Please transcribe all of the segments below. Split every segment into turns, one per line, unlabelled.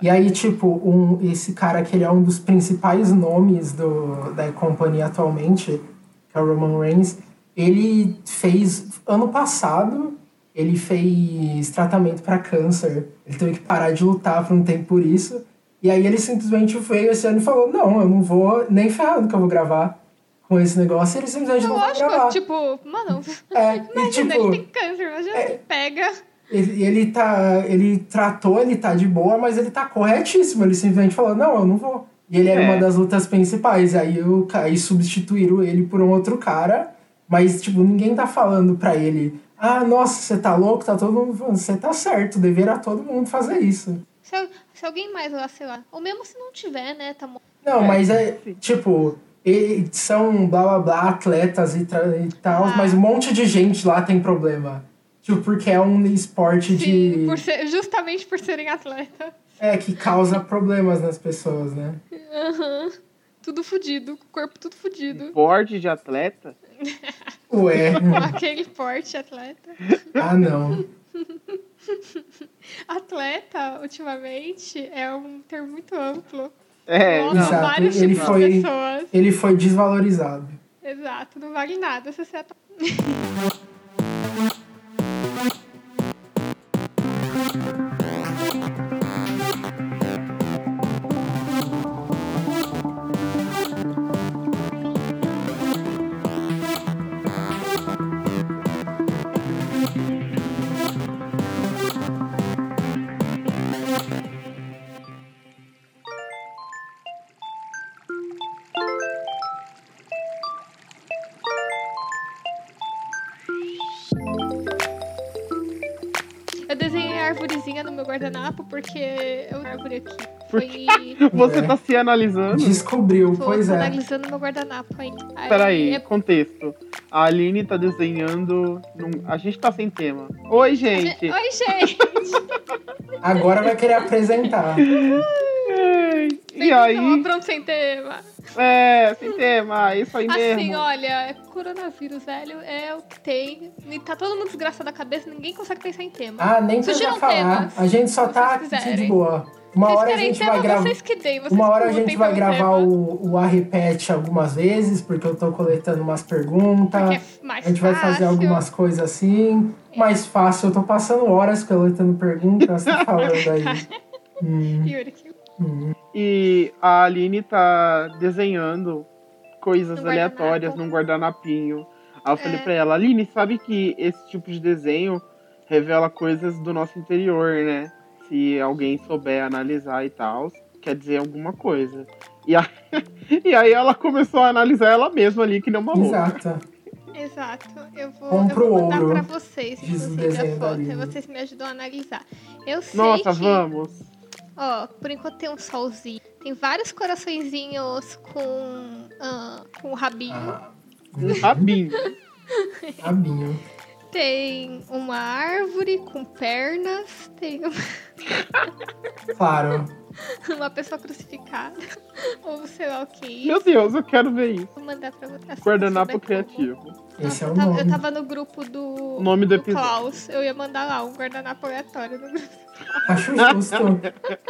E aí, tipo, um, esse cara que ele é um dos principais nomes do, da companhia atualmente, que é o Roman Reigns, ele fez, ano passado, ele fez tratamento para câncer. Ele teve que parar de lutar por um tempo por isso. E aí ele simplesmente veio esse ano e falou, não, eu não vou nem ferrando que eu vou gravar com esse negócio, ele simplesmente não, não
lógico,
vai gravar.
tipo, mano,
É, e,
imagina,
tipo,
ele tem câncer, imagina
é-
se pega.
Ele, ele tá. Ele tratou, ele tá de boa, mas ele tá corretíssimo. Ele simplesmente falou, não, eu não vou. E ele era
É.
uma das lutas principais. Aí, o, ca- aí substituíram ele por um outro cara. Mas, tipo, ninguém tá falando pra ele. Ah, nossa, você tá louco? Tá todo mundo falando, você tá certo, deveria todo mundo fazer isso.
Se, al- se alguém mais lá, sei lá. Ou mesmo se não tiver, né? Tá morto.
Não,
É,
mas é,
sim.
tipo, e- são blá blá blá, atletas e, tra- e tal,
Ah.
mas um monte de gente lá tem problema. Tipo, porque é um esporte
Sim,
de.
por ser- justamente por serem atleta.
É, que causa problemas nas pessoas, né?
Aham. Tudo fudido, com o corpo tudo fudido.
Board de atleta?
Ué,
Com aquele porte, atleta.
ah não.
Atleta, ultimamente, é um termo muito amplo.
É,
Nossa,
não.
exato,
vários
ele
tipos de
foi-
pessoas.
Ele foi desvalorizado.
Exato, não vale nada se você é atleta. Eu desenhei a arvorezinha no meu guardanapo porque eu árvore aqui. Foi.
Você
É.
tá se analisando?
Descobriu,
Tô
pois é.
analisando meu guardanapo ainda. Aí,
Peraí,
é-
contexto. A Aline tá desenhando. num- A gente tá sem tema. Oi, gente!
é Oi, gente!
Agora vai querer apresentar.
Ai, E
Vocês estão
aí?
pronto sem tema.
É, sem tema, é isso aí
Assim,
mesmo.
olha, coronavírus, velho, é o que tem. E Tá todo mundo desgraçado da cabeça, ninguém consegue pensar em tema.
Ah, nem precisa
Sugiram
falar.
temas,
A gente só
se
tá
vocês
aqui de
quiserem.
boa. Uma
vocês
hora a
querem
gente
tema,
vai gravar.
vocês que deem, vocês
Uma
que
hora a
lutem
gente vai
pelo
gravar
tema,
o, o Arrepete algumas vezes, porque eu tô coletando umas
porque
perguntas.
é mais
A gente vai fazer
fácil.
algumas coisas assim. Mais fácil, eu tô passando horas coletando perguntas, tá falando aí. Hum,
Yuri, que
hum.
E a Aline tá desenhando coisas
No
aleatórias
guardanapo.
num guardanapinho. Aí eu falei
É.
pra ela, Aline, sabe que esse tipo de desenho revela coisas do nosso interior, né? Se alguém souber analisar e tal, quer dizer alguma coisa. E aí, e aí ela começou a analisar ela mesma ali, que nem uma louca.
Exato.
Exato. Eu vou, eu
Compra o
vou mandar
ouro,
pra vocês,
diz o
inclusive,
desenho
a
da
foto. E
Lívia.
vocês me ajudam a analisar. Eu sei
Nossa,
que,
vamos!
ó, por enquanto tem um solzinho. Tem vários coraçõezinhos com, ah, com o rabinho.
Ah,
Um
Tá
rabinho.
Rabinho.
Tem uma árvore com pernas. Tem
Claro.
uma pessoa crucificada. Ou sei lá o que.
Meu Deus, eu quero ver isso.
Vou mandar pra vocês. Nossa, vai
Guardanapo
como.
criativo.
Esse
Nossa,
é o
eu, tava,
nome.
eu tava no grupo do,
Nome do episódio.
Klaus. Eu ia mandar lá um guardanapo aleatório no grupo.
Acho justo.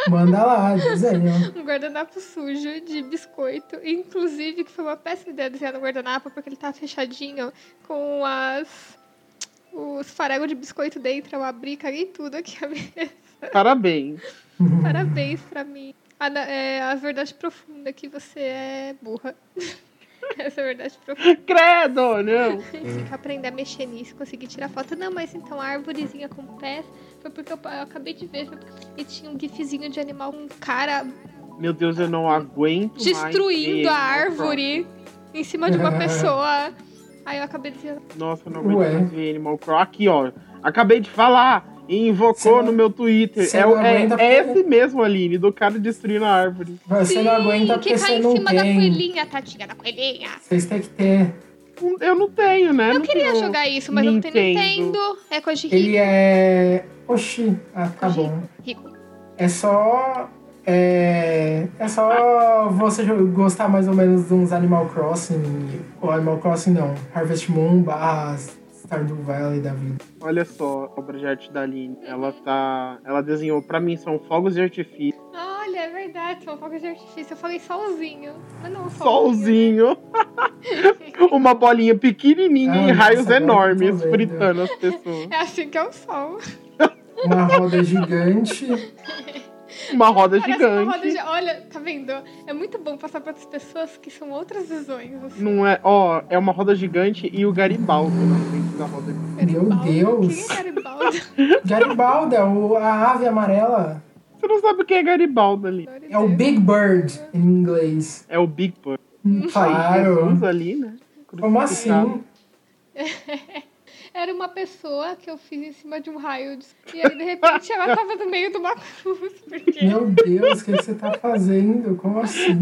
Manda lá, desenho.
um guardanapo sujo de biscoito. Inclusive, que foi uma péssima ideia desenhar no guardanapo, porque ele tava fechadinho com as. Os faregos de biscoito dentro, é eu abri, caguei tudo aqui.
Parabéns.
Parabéns pra mim. A, na- é, a verdade profunda é que você é burra. Essa é a verdade profunda.
Credo, não!
Tem que aprender a mexer nisso, conseguir tirar foto. Não, mas então a árvorezinha com pés foi porque eu, eu acabei de ver. foi porque- E tinha um gifzinho de animal, um cara
Meu Deus, eu não aguento mais ver
destruindo a
animal
árvore em cima de uma pessoa. Aí eu acabei dizendo,
Crossing. Nossa, eu não aguento
Ué.
mais ver Animal Crossing. Aqui, ó. Acabei de falar e invocou
Você não-
no meu Twitter.
você
É,
não
o- é,
aguenta
é
porque-
esse mesmo, Aline, do cara destruindo a árvore.
Você não aguenta porque
que cai
você
em
não
cima da
tem.
coelhinha, tadinha da coelhinha.
Vocês têm que ter.
Hum, Eu não tenho, né?
Eu
não
queria
tenho.
jogar isso, mas eu não tenho
Nintendo.
Nintendo. É coisa de rico.
Ele é. Oxi. Ah, tá
Oxi.
bom.
rico.
É só. É, é só você jo- gostar mais ou menos de uns Animal Crossing. Ou Animal Crossing não. Harvest Moon barra Stardew Valley da vida.
Olha só a obra de arte da Aline. Ela tá. Ela desenhou pra mim, são fogos de artifício.
é verdade, são fogos de artifício. Eu falei solzinho. Mas não,
Solzinho. Uma bolinha pequenininha
Ah,
e raios
nossa, agora eu tô
enormes
vendo.
fritando as pessoas.
É assim que é o sol.
Uma roda gigante.
Uma
é
roda
Parece uma roda
gigante.
de... Olha, tá vendo? É muito bom passar pra outras pessoas que são outras visões. assim.
Não é, ó, é uma roda gigante e o Garibaldo na frente da roda gigante.
Meu
Garibaldi.
Deus.
Quem é Garibaldi?
Garibaldi, é o- a ave amarela.
Você não sabe quem é Garibaldo ali.
É o Big Bird em inglês.
É o Big Bird.
Hum, Claro.
Jesus ali, né?
Como
Crucificado.
assim?
Era uma pessoa que eu fiz em cima de um raio. de- E aí, de repente, ela tava no meio de uma cruz. Porque...
Meu Deus, o que que você tá fazendo? Como assim?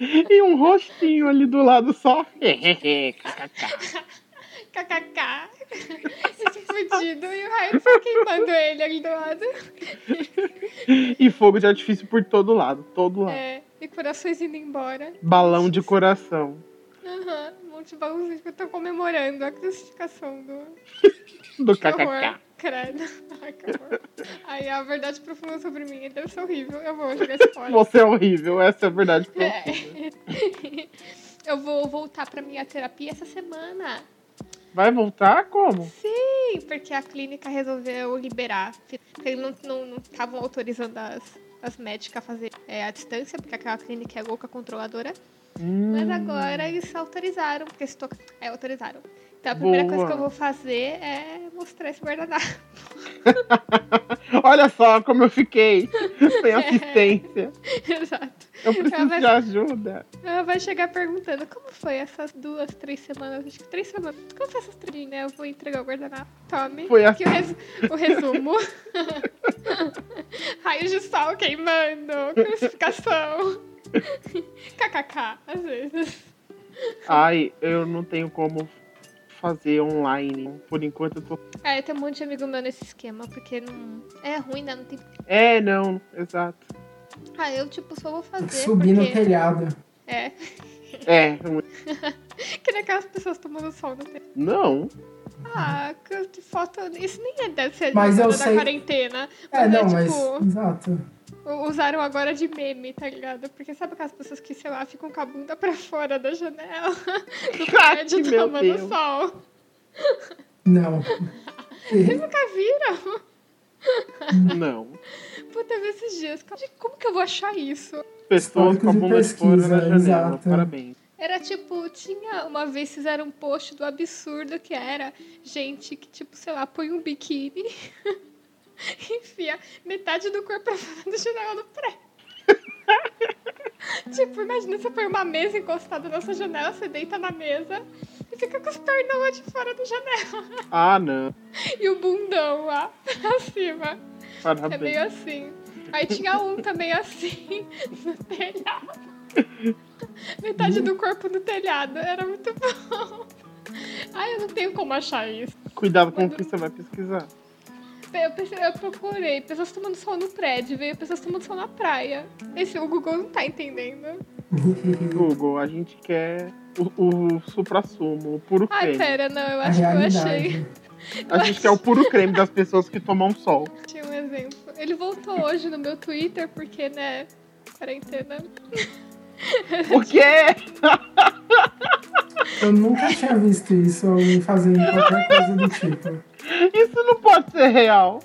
E um rostinho ali do lado só.
KKK. Esse fudido. E o raio foi queimando ele ali do lado.
e fogo de artifício por todo lado. Todo lado.
É, e corações indo embora.
Balão de coração.
Aham, um monte de baúzinhos que eu tô comemorando a crucificação do
Do
que horror.
kkk.
Credo. Ai, que horror. Aí a verdade profunda sobre mim deve ser horrível. Eu vou jogar isso fora.
Você é horrível, essa é a verdade. pra você.
É. Eu vou voltar pra minha terapia essa semana.
Vai voltar como?
Sim, porque a clínica resolveu liberar. Porque eles não estavam não, estavam autorizando as, as médicas a fazer é, a distância, porque aquela clínica é louca controladora.
Hum.
Mas agora eles autorizaram, porque se toca. É, autorizaram. Então a primeira
Boa.
coisa que eu vou fazer é mostrar esse guardanapo.
Olha só como eu fiquei sem assistência.
Exato.
Eu preciso
Ela vai-
de ajuda.
Ela Ah, vai chegar perguntando como foi essas duas, três semanas. Acho que três semanas. Como foi essas três, né? Eu vou entregar o guardanapo. Tome.
Foi
Aqui o, res- o resumo. Raios de sol queimando. Crucificação. KKK, às vezes.
Ai, eu não tenho como fazer online. Por enquanto eu tô.
É, tem um monte de amigo meu nesse esquema, porque não. É ruim, né? Não tem.
É, não, exato.
Ah, eu, tipo, só vou fazer.
Subir no
porque...
telhado.
É.
É,
Que nem aquelas pessoas tomando sol no tempo.
não.
Ah, que de foto. Isso nem é deve ser
Mas eu
da
sei-
quarentena.
É,
mas
não,
é,
mas.
tipo.
Exato.
U- Usaram agora de meme, tá ligado? Porque sabe aquelas pessoas que, sei lá, ficam com a bunda pra fora da janela do
Ai,
prédio
meu
tomando
Deus.
sol?
Não.
Vocês nunca viram?
Não.
Puta, eu vi esses dias. Como- Como é que eu vou achar isso?
Pessoas
Históricos
com a
de
bunda de fora
pesquisa,
na janela.
exato.
Parabéns.
Era tipo, tinha uma vez fizeram um post do absurdo que era gente que, tipo, sei lá, põe um biquíni e enfia metade do corpo pra fora da janela do prédio. tipo, imagina você põe uma mesa encostada na sua janela, você deita na mesa e fica com os pernas lá de fora da janela.
Ah, não.
E o bundão lá pra cima. É
Parabéns.
meio assim. Aí tinha um também assim, no telhado. Metade do corpo no telhado. Era muito bom. Ai, eu não tenho como achar isso.
Cuidado com o que você vai pesquisar.
Eu, pensei- eu procurei pessoas tomando sol no prédio, veio pessoas tomando sol na praia. Esse o Google não tá entendendo.
Google, a gente quer o, o supra-sumo, o puro
Ai,
creme.
Ah, pera, não, eu
A
acho que eu achei.
realidade.
A gente quer o puro creme das pessoas que tomam sol.
Tinha um exemplo. Ele voltou hoje no meu Twitter, porque, né, quarentena.
Por quê?
Eu nunca tinha visto isso alguém fazendo qualquer coisa do tipo.
Isso não pode ser real.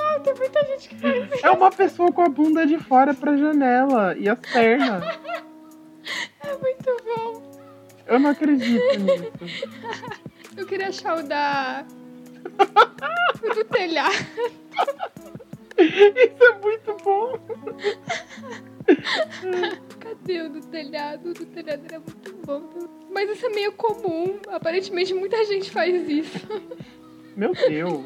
Ah, tem muita gente que faz isso.
É uma pessoa com a bunda de fora pra janela e as pernas.
É muito bom.
Eu não acredito nisso.
Eu queria achar o da. o do telhado.
Isso é muito bom.
Cadê o do telhado? O do telhado era muito bom. Mas isso é meio comum. Aparentemente muita gente faz isso.
Meu Deus.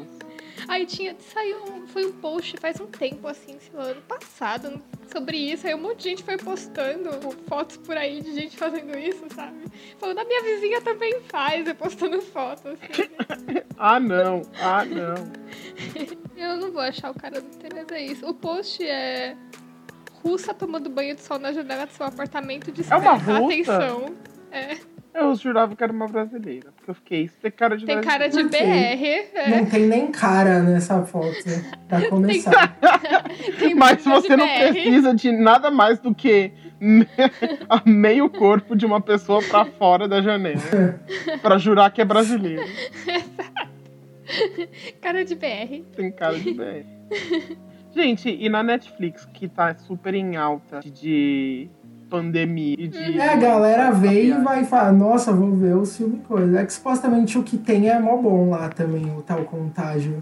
Aí tinha. Saiu. um- Foi um post faz um tempo, assim, sei lá, ano passado, sobre isso. Aí um monte de gente foi postando fotos por aí de gente fazendo isso, sabe? Falando, a minha vizinha também faz, eu postando foto, assim.
Ah, não. Ah, não.
Eu não vou achar o cara do Tereza é isso. O post é russa tomando banho de sol na janela do seu apartamento de
É uma russa?
atenção. É.
Eu jurava que era uma brasileira. Porque eu fiquei, isso tem cara de
Tem
brasileira.
cara de BR, é.
Não tem nem cara nessa foto, pra começar.
tem
Mas
cara de
você não
BR.
precisa de nada mais do que me- a meio corpo de uma pessoa pra fora da janela. pra jurar que é brasileiro.
Cara de BR.
Tem cara de bem. Gente, e na Netflix, que tá super em alta de pandemia e de.
É, a galera vê e vai falar, nossa, vou ver o filme coisa. É que supostamente o que tem é mó bom lá também, o tal contágio.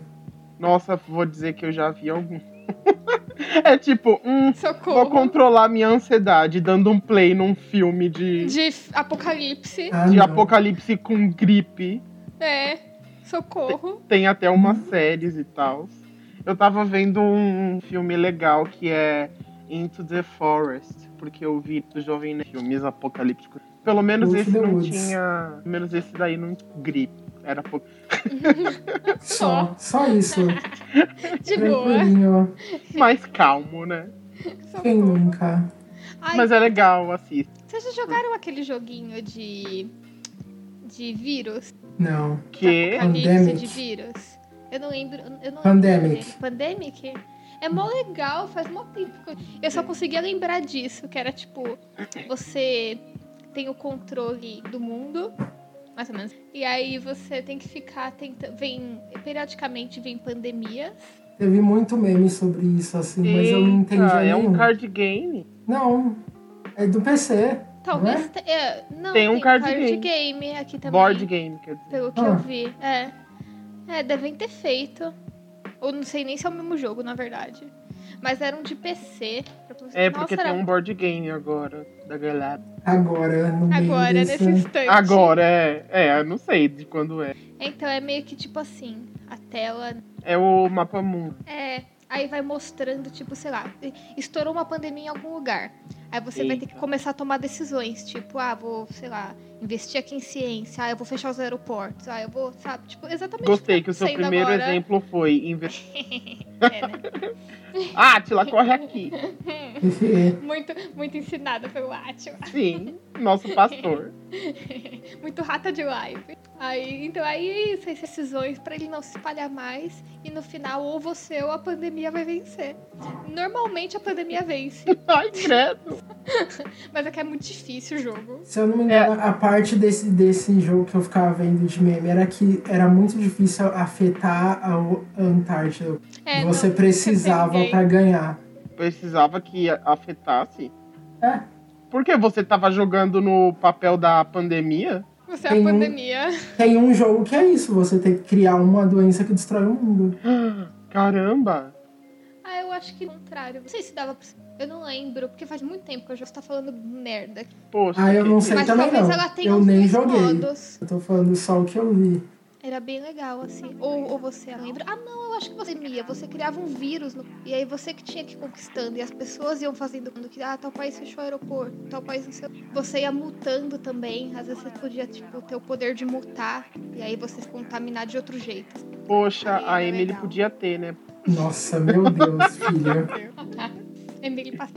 Nossa, vou dizer que eu já vi algum. é tipo, hum, vou
Socorro.
controlar minha ansiedade dando um play num filme de,
De f- apocalipse.
Ah,
de
não.
apocalipse com gripe.
É. Socorro.
Tem até umas
Hum.
séries e tal. Eu tava vendo um filme legal que é Into the Forest, porque eu vi do jovem Nerd filmes apocalípticos. Pelo menos
Into
esse
the
não
Woods.
tinha. Pelo menos esse daí não tinha gripe. Era um apo-
Só, só isso.
De boa. Tá
Tranquilinho.
mais calmo, né?
Quem
Socorro.
nunca?
Ai,
Mas é legal, assista.
Vocês já jogaram aquele joguinho de. de vírus?
Não.
Que.
Apocalipse
Pandemic.
Tá de vírus? Eu não lembro. Eu não
Pandemic.
Lembro Pandemic? Pandemic? É mó legal, faz mó tempo. que eu- Eu só conseguia lembrar disso, que era tipo, você tem o controle do mundo, mais ou menos. E aí você tem que ficar tentando. Vem. Periodicamente vem pandemias.
Teve muito meme sobre isso, assim, mas eu não entendi
Eita, é
nenhum.
um card game.
Não. É do PC.
Talvez. te- é, não,
Tem um card
card
game.
game aqui também.
Board game, quer dizer.
Pelo que
Ah.
eu vi. É. É, devem ter feito. Ou não sei nem se é o mesmo jogo, na verdade. Mas era um de PC. Eu pensei,
É porque
nossa,
tem
era
um board game agora da galera.
Agora, no meio
agora,
desse...
nesse instante.
um Agora é. É, eu não sei de quando é.
Então é meio que tipo assim, a tela.
É o Mapa Mundo.
É. Aí vai mostrando, tipo, sei lá, estourou uma pandemia em algum lugar. Aí você vai ter que
Eita.
começar a tomar decisões, tipo, ah, vou, sei lá, investir aqui em ciência, ah, eu vou fechar os aeroportos, ah, eu vou, sabe, tipo, exatamente o
Gostei
tá
que o seu
acontecendo
primeiro
agora.
exemplo foi investir.
É, né?
Ah, Tila, corre aqui.
muito, muito ensinada pelo Atila.
Sim, nosso pastor.
muito rata de live. Aí, então aí é isso, as decisões pra ele não se espalhar mais e no final ou você ou a pandemia vai vencer. Normalmente a pandemia vence,
Ai, credo.
mas é que é muito difícil o jogo.
Se eu não me
É.
engano, a parte desse, desse jogo que eu ficava vendo de meme era que era muito difícil afetar a o- a Antártida.
É,
Você
não,
precisava
ninguém.
pra ganhar.
Precisava que afetasse.
É,
Porque você tava jogando no papel da pandemia?
Você é
tem
a
um-
pandemia.
tem um jogo que é isso, você tem que criar uma doença que destrói o mundo.
Caramba.
Ah, eu acho que o contrário. Não sei se dava pra... Eu não lembro, porque faz muito tempo que o jogo tá falando merda.
Poxa.
Ah, eu não
que-
sei
mas
também
talvez
não.
ela tenha
Eu
uns
nem
dois
joguei.
modos.
Eu tô falando só o que eu vi.
Era bem legal, assim. Ou, ou você lembra. Ah, não, eu acho que você mia. Você criava um vírus. no- E aí você que tinha que ir conquistando. E as pessoas iam fazendo quando que. Ah, tal país fechou o aeroporto. Tal país não sei. o quê. Você ia mutando também. Às vezes você podia, tipo, ter o poder de mutar. E aí você se contaminar de outro jeito.
Poxa,
Aí era
a Emily
legal.
podia ter, né?
Nossa, meu Deus, filha.
Emily passou.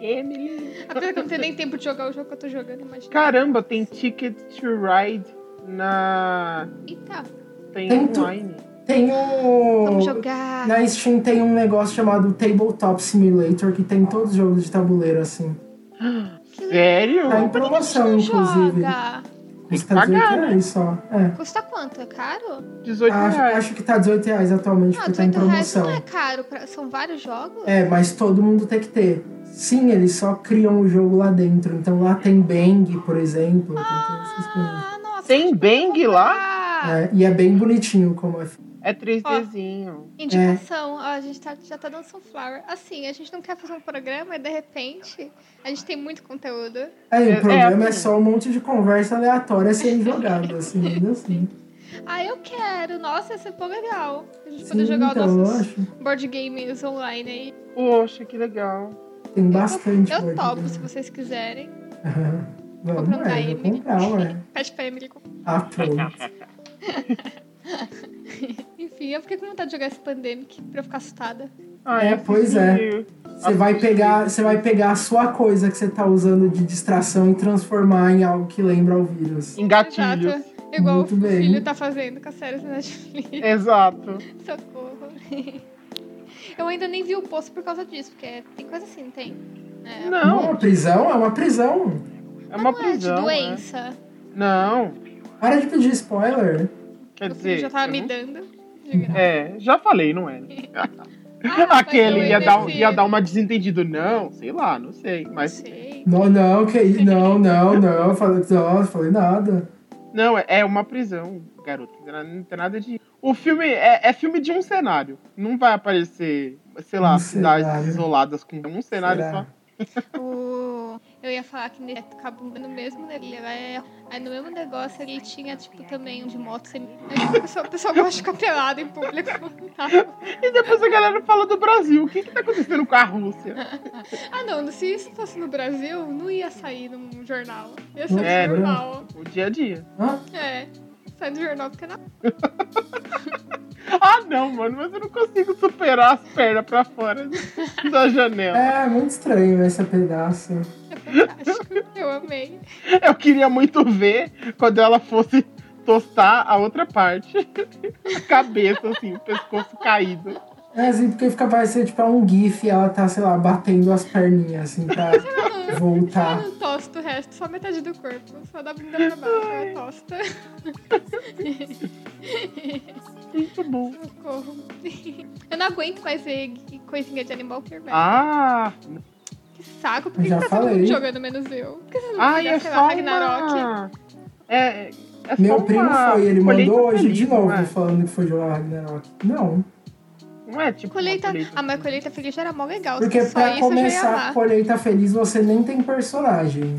Emily.
Apesar que eu não tenho nem tempo de jogar o jogo que eu tô jogando, imagina.
Caramba, tem Ticket to Ride na.
Eita,
Tem
Tem tu-
online.
Tem o.
Então, vamos jogar.
Na Steam tem um negócio chamado Tabletop Simulator que tem todos os jogos de tabuleiro assim.
Que legal.
Sério?
Tá em
Por que a gente não
promoção, inclusive.
joga?
Custa
pagar,
18
né?
reais só. É.
Custa quanto? É caro?
18
Acho,
reais.
acho que tá 18 reais atualmente,
Ah,
porque tá em
18 reais
promoção.
não é caro. pra- São vários jogos?
É, mas todo mundo tem que ter. Sim, eles só criam o jogo lá dentro. Então lá tem Bang, por exemplo. tem todas essas coisas.
Ah, nossa.
Tem Bang lá?
Ah,
É, e é bem bonitinho como é. feito.
É 3Dzinho.
É.
indicação. Ó, a gente tá, já tá dando sunflower. Assim, a gente não quer fazer um programa e de repente a gente tem muito conteúdo.
Aí,
É,
o problema
é
é,
assim.
só um monte de conversa aleatória sendo jogada, assim, ainda assim.
Ah, eu quero. Nossa, ia ser bom legal. A gente
Sim,
poder jogar
então,
os
eu
nossos
acho.
board games online aí.
Poxa, que legal.
Tem bastante.
Eu,
board
topo,
game.
se vocês quiserem.
Aham. Vamos,
comprar um
é,
ele.
vou comprar, ué.
Pede pra Emily. comprar.
Ah, pronto.
Enfim, eu fiquei com vontade de jogar esse Pandemic pra eu ficar assustada.
Ah,
É,
eu
pois
assisti.
Você vai pegar, você vai pegar a sua coisa que você tá usando de distração e transformar em algo que lembra o vírus.
Em gatilhos.
Exato. Igual
Muito
o
bem.
filho tá fazendo com as séries da Netflix.
Exato.
Socorro. Eu ainda nem vi o post por causa disso, porque é- tem coisa assim, não tem. É,
Não,
Não,
uma prisão é uma prisão.
é uma
não
prisão.
É
né?
de doença.
Não,
Para de pedir spoiler.
quer
O
dizer.
filho já tava
eu
me
não-
dando. de graça.
É, já falei, não é?
Ah, mas
Aquele
eu
ia dar, um-
indeciso.
ia dar uma desentendido. Não, sei lá, não sei. Mas
Sei.
Não, não, que isso? Não, não, não. Eu Falei, não, eu falei nada.
Não, é- é uma prisão, garoto. Não tem nada- Não tem nada de. O filme é, é filme de um cenário. Não vai aparecer, sei lá,
Um
cidades
cenário.
isoladas com um cenário
Será?
só.
O- Eu ia falar que ne- acabou no mesmo ele é... Aí no mesmo negócio ele tinha, tipo, também um de moto semi. Aí, O pessoal, o pessoal gosta de ficar pelado em público. Ah,
E depois a galera fala do Brasil. O que, que tá acontecendo com a Rússia?
Ah não, se isso fosse no Brasil, não ia sair num jornal. Ia sair
É,
no
né?
jornal.
O dia a dia.
Hã?
É. Sai do jornal porque não.
Ah, não, mano, mas eu não consigo superar as pernas pra fora da janela.
É, muito estranho esse pedaço.
É fantástico. Eu amei.
Eu queria muito ver quando ela fosse tostar a outra parte. A cabeça, assim, o pescoço caído.
É, assim, porque fica parecendo tipo é um gif e ela tá, sei lá, batendo as perninhas, assim, pra
Só
Tá.
voltar.
não tosta o resto, só metade do corpo. Só da bunda pra baixo, ela tosta.
Muito bom.
Socorro. Eu não aguento mais ver coisinha de Animal Care, velho.
Ah,
Que saco, por que,
Já
que tá todo
falei.
mundo jogando menos eu? Por que vocês não
Ai,
fizeram,
é
sei
só
lá, Ragnarok?
uma... É, é só
Meu
uma
primo foi, ele
colheita
mandou hoje
feliz,
de novo
Não é,
falando que foi jogar Ragnarok. Não,
não é tipo
Colheita...
uma colheita
Ah, mas Colheita Feliz já era mó legal.
porque
só
pra
isso eu já ia
começar
amar.
a colheita feliz você nem tem personagem.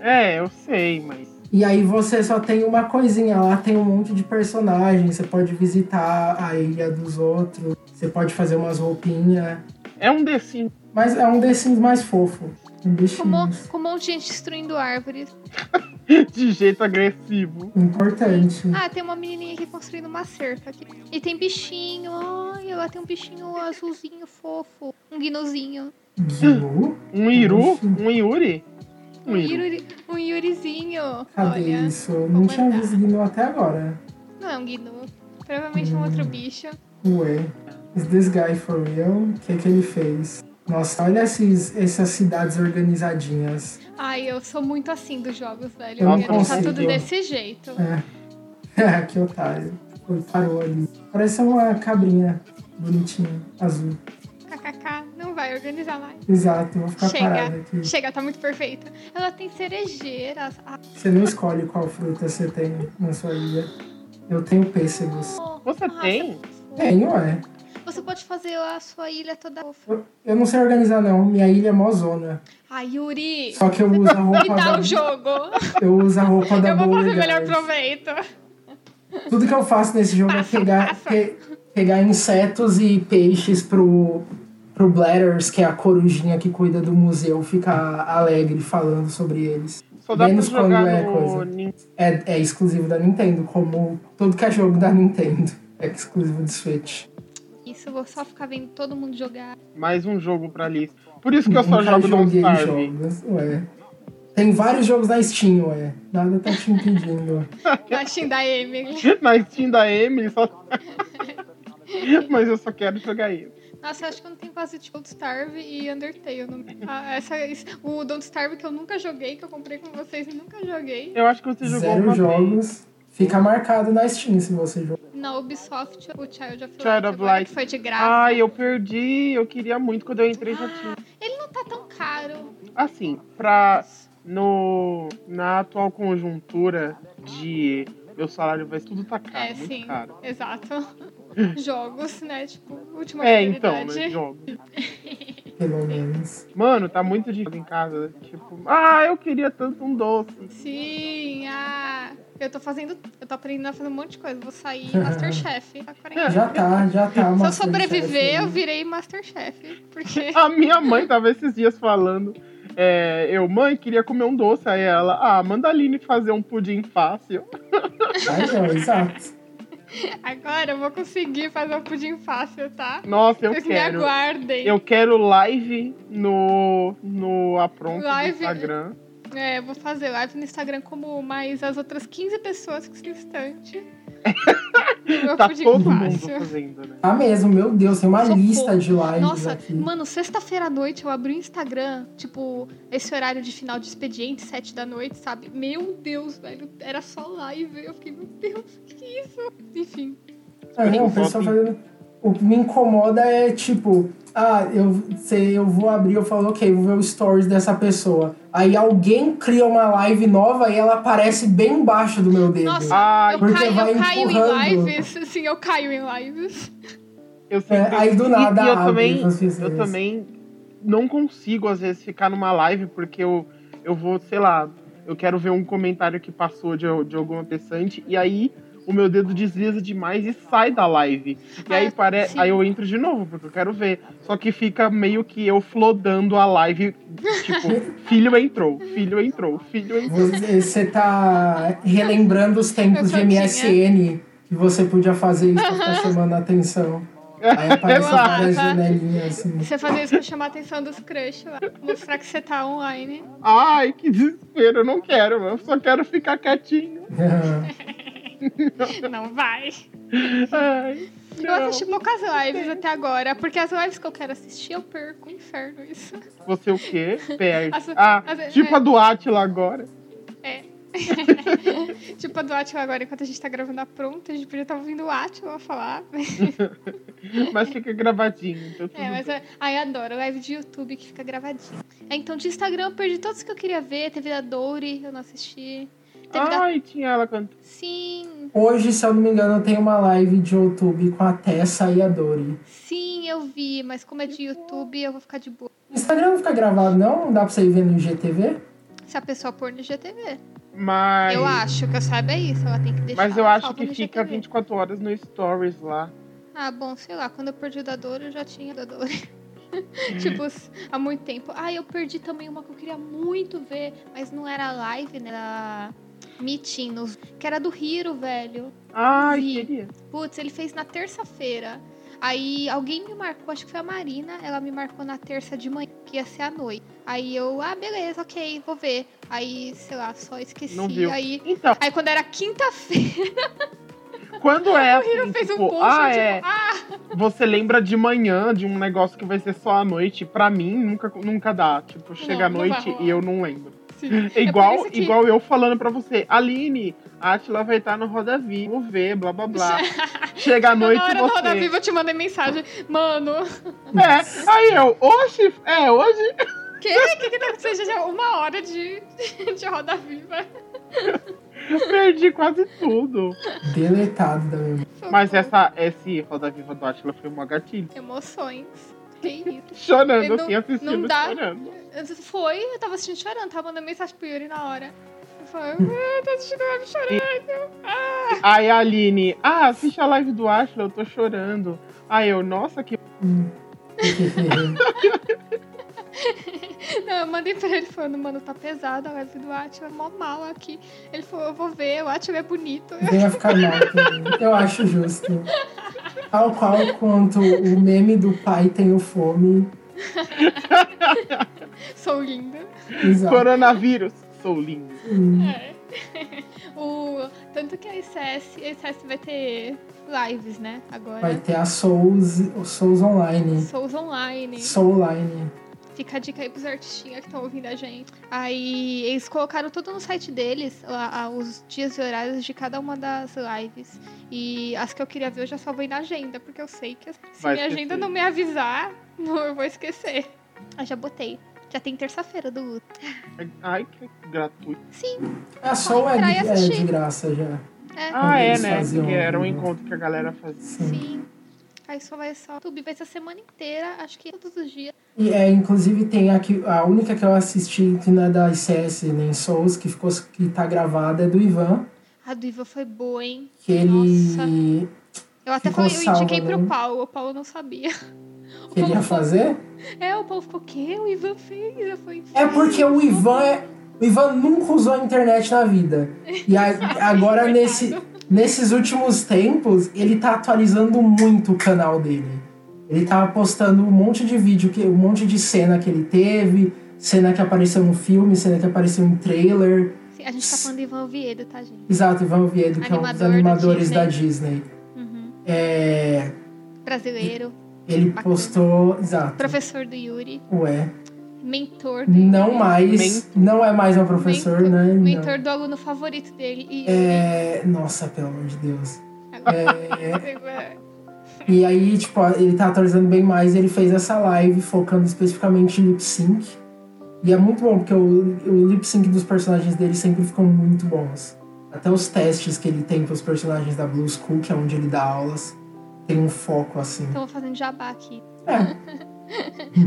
É, eu sei, mas...
E aí você só tem uma coisinha, lá tem um monte de personagens, você pode visitar a ilha dos outros, você pode fazer umas roupinhas.
É um decinho.
Mas é um The Sims mais fofo. Um The
Com, mo-
Sims.
com um monte de gente destruindo árvores.
de jeito agressivo.
Importante.
Ah, tem uma menininha aqui construindo uma cerca aqui. E tem bichinho. Ai, ela tem um bichinho azulzinho fofo. Um guinozinho.
Gnu?
Um Iru?
Nossa.
Um Yuri?
Um,
Um Iru.
Yuri, um Yurizinho.
Cadê
Olha.
isso? Eu Não tinha
mandar.
visto Gnu até agora.
Não é um guinu. Provavelmente é um outro bicho.
Ué, is this guy for real? O que, que ele fez? Nossa, olha esses, essas cidades organizadinhas.
Ai, eu sou muito assim dos jogos, velho.
Eu
Eu
não
ia deixar
consigo.
tudo desse jeito.
É, que otário. Ele parou ali. Parece uma cabrinha bonitinha, azul.
KKK, não vai organizar mais.
Exato, vou ficar parada aqui.
Chega, chega, tá muito perfeito. Ela tem cerejeiras. Ah,
Você não escolhe qual fruta você tem na sua ilha. Eu tenho pêssegos.
Você
ah,
tem?
Tenho, é.
Você pode fazer a sua ilha toda fofa.
Eu, eu não sei organizar, não. Minha ilha é mó zona.
Ai, Yuri,
Só que eu uso a roupa
me dá
da,
o jogo.
eu uso a roupa da
Eu vou
Bowler
fazer o melhor
Guys.
proveito.
Tudo que eu faço nesse jogo é
Passa,
pegar,
passa.
pe- pegar insetos e peixes pro, pro Bladders, que é a corujinha que cuida do museu, ficar alegre falando sobre eles.
Só dá
Menos
pra jogar
quando é
no...
coisa.
Nin-
É, é exclusivo da Nintendo, como tudo que é jogo da Nintendo é exclusivo do Switch.
Isso, eu vou só ficar vendo todo mundo jogar.
Mais um jogo pra lista. Por isso que eu só
Nunca
jogo Don't
joguei
Starve.
jogos, ué. Tem vários jogos na Steam, ué. Nada tá te impedindo.
Baixinho da Emily.
Na Steam da Emily, só... mas eu só quero jogar isso.
Nossa, eu acho que eu não tenho quase tipo Don't Starve e Undertale. no- Ah, essa, isso- o Don't Starve que eu nunca joguei, que eu comprei com vocês e nunca joguei.
Eu acho que você jogou
Zero
uma vez.
jogos. Fica marcado na Steam se você jogar.
Na Ubisoft, o Child of Light,
Child of
agora
Light.
que foi de graça.
Ai, eu perdi. Eu queria muito. Quando eu entrei já tinha.
Ele não tá tão caro.
Assim, pra. No, na atual conjuntura de meu salário vai tudo tá caro.
é,
muito
sim.
caro.
Exato. Jogos, né? Tipo, última
É, então,
oportunidade.
né? Jogo.
Pelo menos.
Mano, tá muito difícil em casa. Tipo, ah, eu queria tanto um doce.
Sim, ah. Eu tô fazendo. Eu tô aprendendo a fazer um monte de coisa. Vou sair Masterchef. na
É,
quarentena.
Já tá, já tá.
Se eu
Masterchef
sobreviver,
aí.
né?
eu virei Masterchef. Porque.
A minha mãe tava esses dias falando. é, eu, mãe, queria comer um doce. Aí ela, ah, manda a Aline fazer um pudim fácil.
Vai, ó, é, exato.
Agora eu vou conseguir fazer um pudim fácil, tá?
Nossa, eu
Vocês
quero.
me aguardem.
Eu quero live no, no Apronto
Live.
do Instagram.
É, eu vou fazer live no Instagram como mais as outras 15 pessoas que estão distante. Meu
Tá
pudim
todo mundo
fácil.
fazendo, né?
Tá mesmo, meu Deus, tem uma
Socorro.
lista de lives
Nossa,
aqui.
mano, sexta-feira à noite eu abri o Instagram, tipo, esse horário de final de expediente, sete da noite, sabe? Meu Deus, velho, era só live. Eu fiquei, meu Deus, que isso? Enfim,
É, não, o pessoal fazendo. O que me incomoda é tipo, ah, eu sei, eu vou abrir, eu falo, ok, vou ver o stories dessa pessoa. Aí alguém cria uma live nova e ela aparece bem embaixo do meu dedo.
Nossa.
Ah,
eu
porque
caio,
vai
eu caio em
empurrando.
lives. Sim, eu caio em lives.
eu
É,
sempre
aí do nada
E, e eu
abre
também,
pra vocês
eu
verem.
também não consigo, às vezes, ficar numa live porque eu, eu vou, sei lá, eu quero ver um comentário que passou de, de algum acontecente e aí o meu dedo desliza demais e sai da live. E
Ah,
aí, pare...
sim.
aí eu entro de novo, porque eu quero ver. Só que fica meio que eu flodando a live, tipo, filho entrou, filho entrou, filho entrou.
Você você tá relembrando os tempos de
Eu só tinha.
MSN que você podia fazer isso pra ficar chamando a atenção. Aí aparecem
Exato.
várias janelinhas assim.
Você fazer isso pra chamar a atenção dos crush lá. Mostrar que você tá online.
Ai, que desespero, eu não quero, eu só quero ficar quietinho.
assim.
Não vai.
Ai,
Eu
não.
assisti poucas lives até agora, porque as lives que eu quero assistir eu perco. Inferno isso.
Você o quê? Perde.
As-
ah,
as-
tipo
é.
a do Átila agora.
É. tipo, a do Atila agora, enquanto a gente tá gravando a pronta, a gente podia estar ouvindo o Atila falar.
Mas fica gravadinho. Então tudo
É, mas eu, ai, adoro. Live de YouTube que fica gravadinho. É, então, de Instagram eu perdi todos que eu queria ver. Teve da Dory, eu não assisti.
bem.
Teve da...
tipo, Ai, tinha ela quando.
Sim,
Hoje, se eu não me engano, tem uma live de YouTube com a Tessa e a Dori.
sim, eu vi. Mas como é de YouTube, eu vou ficar de boa.
Instagram não fica gravado, não? Não dá pra você ir ver no IGTV?
Se a pessoa pôr no GTV.
Mas.
Eu acho que eu saiba isso. Ela tem que deixar.
Mas eu
ela
acho
salva
que
no
fica
GTV.
24 horas no Stories lá.
Ah, bom, sei lá, quando eu perdi o da Dora, eu já tinha o da Dora. tipo, s- há muito tempo. Ah, eu perdi também uma que eu queria muito ver, mas não era live, né? Era meeting, no- que era do Hiro, velho.
Ai,
Vi.
queria.
Putz, ele fez na terça-feira. Aí alguém me marcou, acho que foi a Marina, ela me marcou na terça de manhã, que ia ser à noite. Aí eu, ah, beleza, ok, vou ver. Aí, sei lá, só esqueci.
Não viu.
Aí,
Então,
aí quando era quinta-feira,
quando é assim,
eu fez um
tipo,
post,
ah,
eu, tipo,
é,
ah,
você lembra de manhã de um negócio que vai ser só à noite, pra mim nunca, nunca dá. Tipo, chega à
não vai
noite
rolar.
e eu não lembro.
sim.
É igual,
por isso que-
igual eu falando pra você, Aline, a Atila vai estar no Roda Viva, vou ver, blá blá blá. Chega à
Na
noite
hora do Roda
você.
Viva eu te mandei mensagem. Mano,
É, aí eu, oxe, é, hoje.
o que, que que tá acontecendo? Já é uma hora de, de Roda Viva.
Eu perdi quase tudo.
Deletado da minha
Socorro.
Mas essa, esse Roda Viva do Atila foi uma gatilha.
Emoções. Que isso?
Chorando,
Não-
assim, assistindo,
não dá.
chorando.
Antes Foi, eu tava assistindo chorando, tava mandando mensagem pro Yuri na hora. Eu falei, ah, tô assistindo live chorando. Ah,
Aí a Aline, ah, assiste a live do Atila, eu tô chorando. Aí eu, nossa, que.
vida.
não, eu mandei pra ele falando, mano, tá pesado a live do Atila, é mó mal aqui. Ele falou, eu vou ver, o Atila é bonito.
Ninguém vai ficar mal também. Eu acho justo. Tal qual quanto o meme do pai tenho fome.
Sou linda.
Exato.
Coronavírus, sou lindo.
É. o, tanto que a ICS, a ICS vai ter lives, né? Agora.
Vai ter a Souls, o Souls Online.
Souls Online.
Soul Line.
Fica a dica aí pros artistinhas que estão ouvindo a gente. Aí eles colocaram tudo no site deles, lá, a- os dias e horários de cada uma das lives. E as que eu queria ver eu já salvei na agenda, porque eu sei que assim, se
Vai
minha
esquecer.
agenda não me avisar, não, eu vou esquecer. Eu já botei. Já tem terça-feira do luto.
Ai, que gratuito.
Sim,
A Soul é,
entrar e
de- é de
assistir.
graça já.
é.
Ah, é,
eles
né?
faziam,
Que era um
né?
encontro que a galera fazia.
Sim.
Sim. Aí só vai só. YouTube vai ser a semana inteira, acho que todos os dias.
E é, inclusive tem a, que, a única que eu assisti que não é da ICS nem Souls, que ficou que tá gravada, é do Ivan.
A do Ivan foi boa, hein?
Que
Nossa.
ele
Eu até
Ficou
falei, eu indiquei
salva,
pro
né?
Paulo, o Paulo não sabia. O Paulo
queria
ficou-
fazer.
É, o Paulo ficou, o quê? O Ivan fez? Eu falei,
É porque o Ivan é. O Ivan nunca usou a internet na vida. E a- agora, nesse, nesses últimos tempos, ele tá atualizando muito o canal dele. Ele tá postando um monte de vídeo, que- um monte de cena que ele teve, cena que apareceu no filme, cena que apareceu em trailer.
Sim, A gente tá falando de Ivan Oviedo, tá, gente?
Exato, Ivan Oviedo, que é um dos
Animador do
animadores
Disney.
da Disney.
Uhum.
É,
Brasileiro,
ele
Bacana.
postou. Exato.
professor do Yuri,
Ué.
mentor do
Não
Yuri,
mais. Não é mais um professor,
mentor,
né? Não.
Mentor do aluno favorito dele. E
É, nossa, pelo amor de Deus. É,
É.
e aí, tipo, ele tá atualizando bem mais. Ele fez essa live focando especificamente em lip sync. E é muito bom, porque o, o lip sync dos personagens dele sempre ficam muito bons. Até os testes que ele tem pros personagens da Blue School, que é onde ele dá aulas, tem um foco assim.
Então vou fazendo jabá aqui.
É,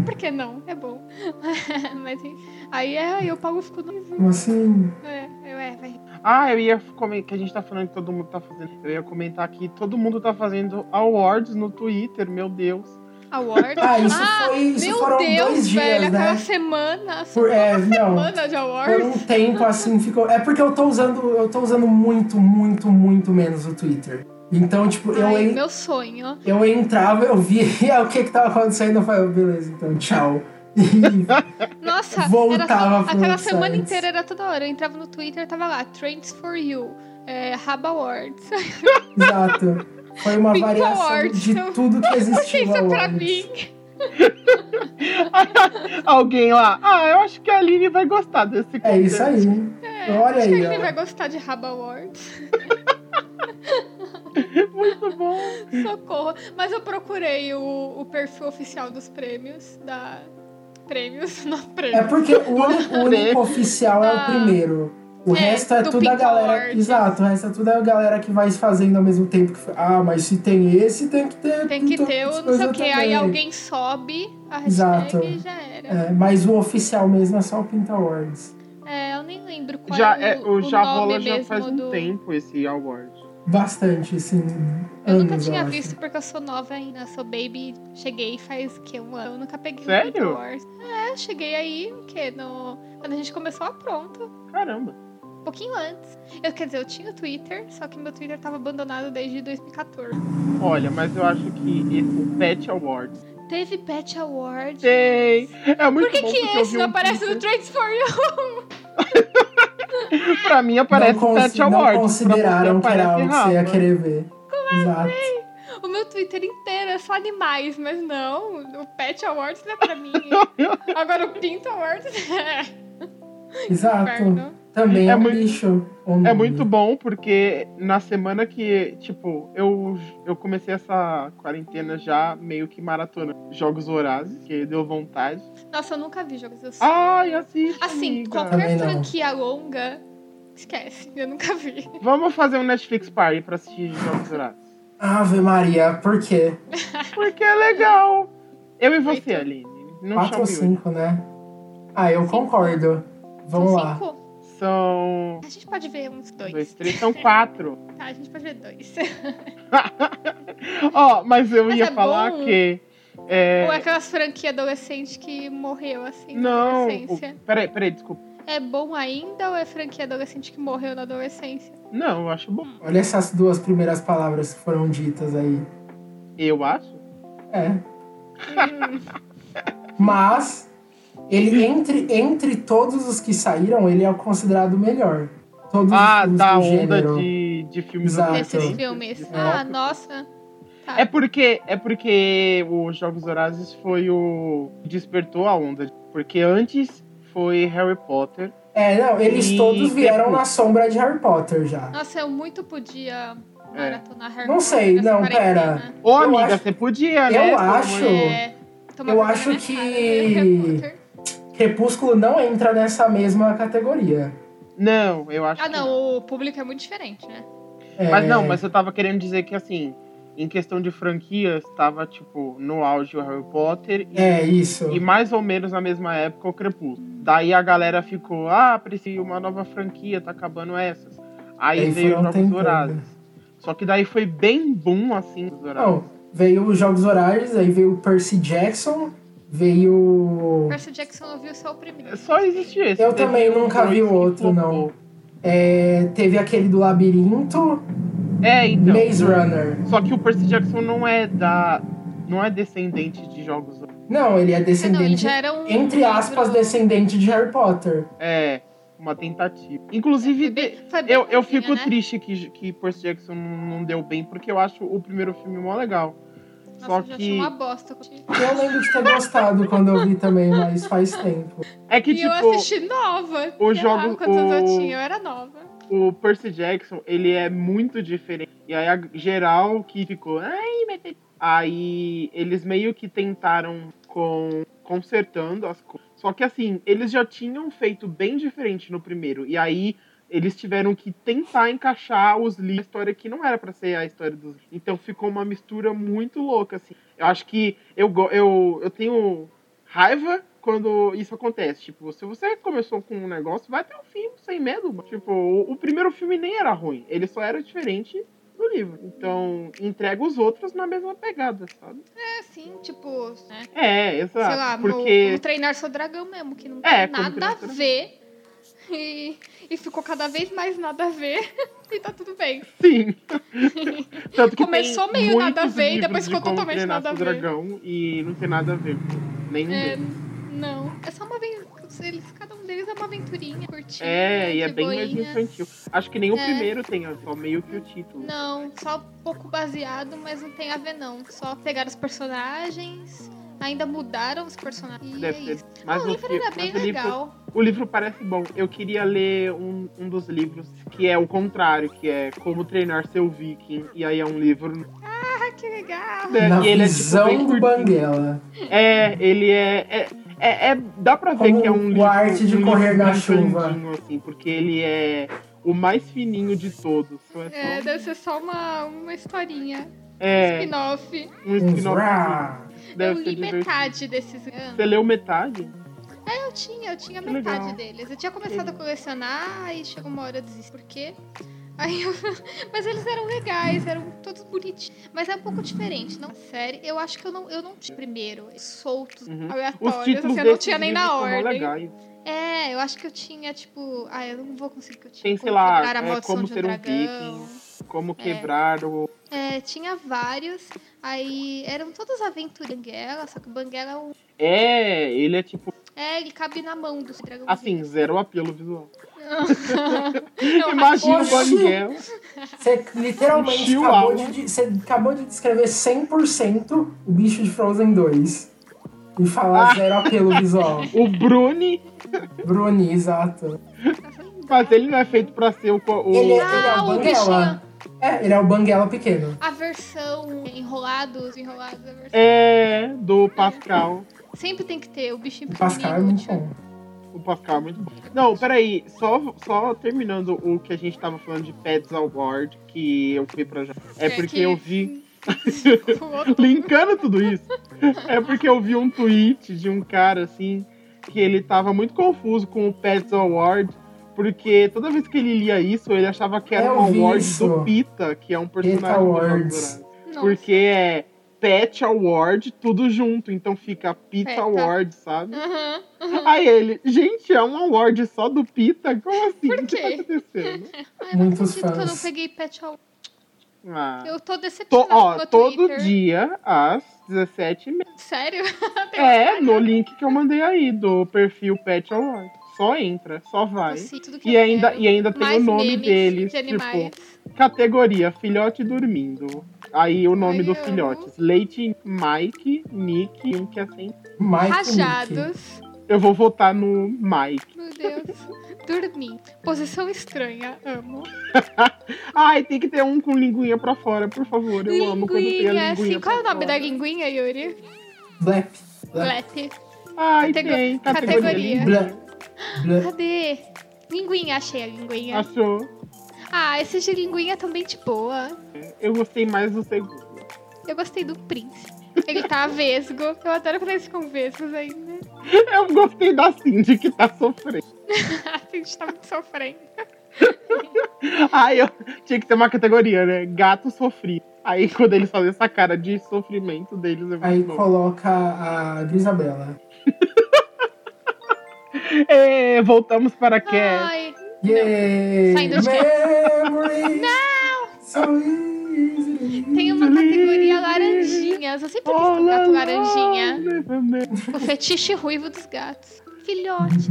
Por que não? É bom. Mas enfim, aí é, aí eu pago fico no.
como assim.
É, eu- é, vai.
Ah, eu ia comentar que a gente tá falando que todo mundo tá fazendo. Eu ia comentar aqui, todo mundo tá fazendo awards no Twitter, meu Deus.
Award.
Ah, isso foi. Isso
meu
foram
Deus,
dois dias,
velho. Aquela
né?
semana.
Por, é, não.
Semana de
Por
awards.
um tempo assim ficou. É porque eu tô usando, eu tô usando muito, muito, muito menos o Twitter. Então, tipo, eu,
Ai,
en-
meu sonho.
eu entrava, eu via o que que tava acontecendo, eu falei, beleza, então tchau. E
Nossa,
Voltava
era só,
pro
aquela
Websites.
semana inteira era toda hora. Eu entrava no Twitter, tava lá, Trends for You, é, Raba Awards.
exato. Foi uma
Pinto
variação
Awards,
de
então.
tudo que existiu.
Isso é pra
awards.
mim.
Alguém lá, ah, eu acho que a Aline vai gostar desse
É isso aí.
É,
Olha
acho que
aí,
ele
ó.
vai gostar de Raba Awards.
Muito Tá bom.
Socorro. Mas eu procurei o, o perfil oficial dos prêmios. Da. Prêmios, não prêmios.
É porque o único, o único oficial é o
Né? Ah.
primeiro. O
É,
resto é
do
tudo a
Pinto
galera.
Awards.
Exato, o resto é tudo a galera que vai fazendo ao mesmo tempo. Que, ah, mas se tem esse, tem que ter.
Tem que
todas
ter
as
o não sei
coisas
o que. Aí
também.
alguém sobe a hashtag
Exato.
e já era.
É, mas o oficial mesmo é só o Pinta Awards.
É. eu nem lembro qual
Já,
é
é,
o,
o já
nome
rola
mesmo
já faz um
do...
tempo esse award.
Bastante, assim.
Eu
anos,
nunca tinha
acho.
visto porque eu sou nova ainda, sou baby, cheguei faz que um ano, eu nunca peguei
Sério?
o Guild Wars. É, eu cheguei aí, o quê? No... Quando a gente começou a pronto,
Caramba.
um pouquinho antes. Eu, quer dizer, eu tinha o Twitter, só que meu Twitter tava abandonado desde 2014.
Olha, mas eu acho que esse, o Pet Awards.
Teve Pet Award.
Tem! É muito
Por que,
bom
que
porque eu
esse
vi
não
um
aparece no
Twitter.
Trades for You?
Pra mim aparece
não, cons-
Pet
não
Awards.
consideraram que
pra você né?
era algo
aparece
que você ia
Rafa.
querer ver. Exato.
O meu Twitter inteiro é só animais, mas não, o Pet Awards não é pra mim. Agora o Pinto Awards é
Exato.
inferno.
Também é,
É
um
muito-
lixo. ou
É
não.
muito bom porque na semana que, tipo, eu, eu comecei essa quarentena já meio que maratona Jogos Horazes, que deu vontade.
Nossa, eu nunca vi jogos assim.
Ai, assiste,
Assim,
Também
amiga.
qualquer
não.
franquia longa, esquece, eu nunca vi.
Vamos fazer um Netflix Party pra assistir Jogos Horazes.
Ave Maria, por quê?
Porque é legal. Eu e você,
Oito.
Aline. Não
Quatro ou
chame hoje.
cinco, né? Ah, eu
Cinco.
concordo. Vamos
São
lá.
cinco?
São...
A gente pode ver uns dois.
Dois, três, são quatro.
Tá, a gente pode ver dois.
Ó, mas eu
Mas
ia
é
falar
bom.
que... é,
Ou aquelas franquias adolescente que morreu assim na
Não, o-
adolescência.
peraí, peraí, desculpa.
É bom ainda ou é franquia adolescente que morreu na adolescência?
Não, eu acho bom.
Olha essas duas primeiras palavras que foram ditas aí.
Eu acho?
É.
Hum.
Mas ele entre, entre todos os que saíram, ele é o considerado o melhor. Todos os
Ah,
filmes
da
do
onda
gênero.
de, de filmes
Exato. Ah,
Nesses
sim.
adolescentes,
filmes.
de
Ah,
foto.
nossa. Tá.
É porque, é porque os Jogos Horazes foi o. despertou a onda. Porque antes foi Harry Potter.
É, não, eles
E
todos vieram
Crepúsculo.
na sombra de Harry Potter já.
Nossa, eu muito podia
É.
maratonar Harry
Não
Potter
sei,
nessa
não,
quarentena.
Ô,
Eu
amiga,
acho-
você podia, né?
eu
pelo amor de
acho-
Deus.
É, tomar
Eu
vergonha
acho
na
que-
cara, né, Harry Potter.
Crepúsculo não entra nessa mesma categoria.
Não, eu acho.
Ah,
que
não, o público é muito diferente, né?
É,
Mas não, mas eu tava querendo dizer que, assim, em questão de franquias, tava, tipo, no auge o Harry Potter e,
É, isso.
e mais ou menos na mesma época o Crepúsculo. Daí a galera ficou, ah, precisa de uma nova franquia, tá acabando essas. Aí,
Aí um
veio
foram
os Jogos
tentando.
Horazes. Só que daí foi bem boom, assim, os Horazes.
Não, veio os Jogos Horários, aí veio o Percy Jackson, veio.
Percy Jackson ouviu só o primeiro.
É, Só existe esse.
Eu
Teve
também nunca
dois
vi o
que
outro,
flopou.
não. É, teve aquele do labirinto,
É, então.
Maze Runner.
Só que o Percy Jackson não é da. não é descendente de jogos.
Não, ele é
Ah, Não, ele
descendente,
já era um.
entre aspas,
livro-
descendente de Harry Potter.
É, uma tentativa. Inclusive,
Foi bem- foi bem
eu, eu
fofinho,
fico
né?
triste que, que Percy Jackson não não deu bem, porque eu acho o primeiro filme mó legal.
Nossa,
Só
eu já achei
que.
uma bosta.
Eu lembro de ter gostado quando eu vi também, mas faz tempo.
É que,
e
tipo.
eu assisti nova.
o
sei
jogo-
lá quantos anos
o-
eu tinha, eu era nova.
o Percy Jackson, ele é muito diferente. E aí a geral que ficou, ai, mas ele-" aí eles meio que tentaram com consertando as coisas. Só que assim, eles já tinham feito bem diferente no primeiro. E aí eles tiveram que tentar encaixar os livros, a história que não era pra ser a história dos. Então ficou uma mistura muito louca assim. Eu acho que eu go- eu, eu tenho raiva quando isso acontece. Tipo, se você começou com um negócio, vai até o fim, sem medo. mano. Tipo, o, o primeiro filme nem era ruim, ele só era diferente do livro. Então, entrega os outros na mesma pegada, sabe?
É assim, tipo, né?
É, exato.
sei lá,
porque.
o, o Treinar Seu Dragão mesmo, que não tem
É, como
nada
Treinar
a
Seu Dragão.
ver. E, e ficou cada vez mais nada a ver. E tá tudo bem.
Sim. Tanto que
Começou
tem
meio nada a
muitos
ver e
livros
depois
de
ficou
como
totalmente
treinar
nada a
seu
ver.
dragão e não tem nada a ver. Nenhum
É,
deles.
não. É só uma vez. Eles, cada um deles é uma aventurinha curtinha. né,
É, e é
tipo, de
bem mais
boinha.
infantil. Acho que nem o
É.
primeiro tem, é só meio que o título.
Não, só um pouco baseado, mas não tem a ver não. Só pegaram os personagens, ainda mudaram os personagens. E é
Deve
isso.
ser. Mas
o livro
fi-
era
mas
bem
o livro-
legal.
O livro parece bom. Eu queria ler um, um dos livros que é o contrário, que é Como Treinar Seu Viking. E aí é um livro.
Ah, que legal!
É,
Na
e ele é, tipo,
visão
bem
do
curtinho.
Banguela.
É, ele é. é, é- é- dá pra ver
Como
que é
o
um livro.
Arte de
um livro
Correr na
bem
Chuva.
grandinho, Assim, porque ele é o mais fininho de todos. Então é só-
É, deve ser só uma, uma historinha.
É,
Spin-off.
um
Um
spin-off.
vrá.
Eu
Deve ser
li
divertido.
É metade desses anos.
Você leu metade?
Eu tinha, eu tinha
Que
metade
legal.
deles. Eu tinha começado a colecionar, aí chegou uma hora eu desisti. Por quê? Aí eu... Mas eles eram legais, eram todos bonitinhos. Mas é um pouco diferente, não série. Eu acho que eu não, eu não tinha primeiro, soltos,
Uhum.
aleatórios.
Os títulos
assim, eu não
desses
tinha nem
livros
na
são mó
ordem.
legais.
É, eu acho que eu tinha, tipo. Ah, eu não vou conseguir que eu tinha.
Tem, sei
Como
lá,
Quebrar a
é,
Maldição
Como
de
Ser um
dragão.
Como quebrar o.
É, tinha vários. Aí eram todos aventuras Banguela, só que o Banguela é um.
É, ele é tipo.
É, ele cabe na mão do dragão.
Assim, zero apelo visual.
Não,
Imagina o
Oxi!
Banguel.
Você literalmente
Chihuahua.
acabou de, de- você acabou de descrever 100% o bicho de Frozen 2. E falar
Ah.
zero apelo visual.
O Bruni,
Bruni, exato.
mas ele não é feito pra ser o. co- o-
Ele, é- ele é
Ah,
o
o bichinho.
Banguela. É, ele é o Banguela pequeno.
A versão enrolados, enrolados, a versão.
É, do Pascal.
Sempre tem que ter o bichinho
O Pascal é
pequenininho,
muito
tio.
bom.
O Pascal é muito bom. Não, peraí, só, só terminando o que a gente tava falando de Pets ao Board, que eu fui pra já. É
É
porque
que-
eu vi.
O outro-
Linkando tudo isso, é porque eu vi um tweet de um cara assim, que ele tava muito confuso com o Pets Award. Porque toda vez que ele lia isso, ele achava que era
Eu
um
vi
award
isso.
do Pita, que é um personagem. do
Awards.
Jogos Vorazes.
Nossa,
Porque é Pet Award, tudo junto. Então fica Pita
Peta. Uhum.
Award, sabe?
aham.
Aí ele, gente, é um award só do Pita? Como assim?
Por
O que tá
quê?
acontecendo?
Ai, não
Muitos
acredito que eu não
fãs.
peguei pet ao...
Ah.
Eu tô
Tô-
decepcionada com
ó,
o
todo
Twitter.
dia às 17h30.
Sério? Tem
É, no link que eu mandei aí do perfil Pet Award. Só entra, só vai.
assim, tudo que
E
eu
ainda,
quero.
e ainda tem
Mais
o nome
memes
deles.
de
tipo,
animais.
categoria filhote dormindo. Aí o nome
Ai,
dos
eu
filhotes. Leite, Mike, Nick e um que é sem
Mike Nick.
Rajados.
Eu vou votar no
é?
Mike.
Meu Deus. Dormir. Posição estranha. Amo.
Ai, tem que ter um com linguinha pra fora, por favor. Eu amo quando tem a
linguinha.
linguinha.
assim, qual é o
pra
nome da
fora.
linguinha, Yuri?
Blep. Blep.
Lep.
Ai,
Catego-
tem. Categoria.
categoria.
linguinha.
Blep. Blep.
Cadê? Linguinha, achei a linguinha.
Achou?
Ah, esse de linguinha também de boa.
Eu gostei mais do segundo.
Eu gostei do príncipe. Ele tá vesgo. Eu adoro quando eles ficam vesgos ainda.
Eu gostei da Cindy que tá sofrendo.
A gente tá muito sofrendo.
Ai, eu tinha que ter uma categoria, né? Gato sofrido. Aí quando eles fazem essa cara de sofrimento deles, é muito
Aí
bom.
coloca a Grisabella.
É, voltamos para a Cat.
Ai,
Yay!
Saindo de-
Memories!
Tem uma categoria laranjinhas. Eu
Oh,
sempre quis ter um gato laranjinha.
é
O fetiche ruivo dos gatos. Filhotes.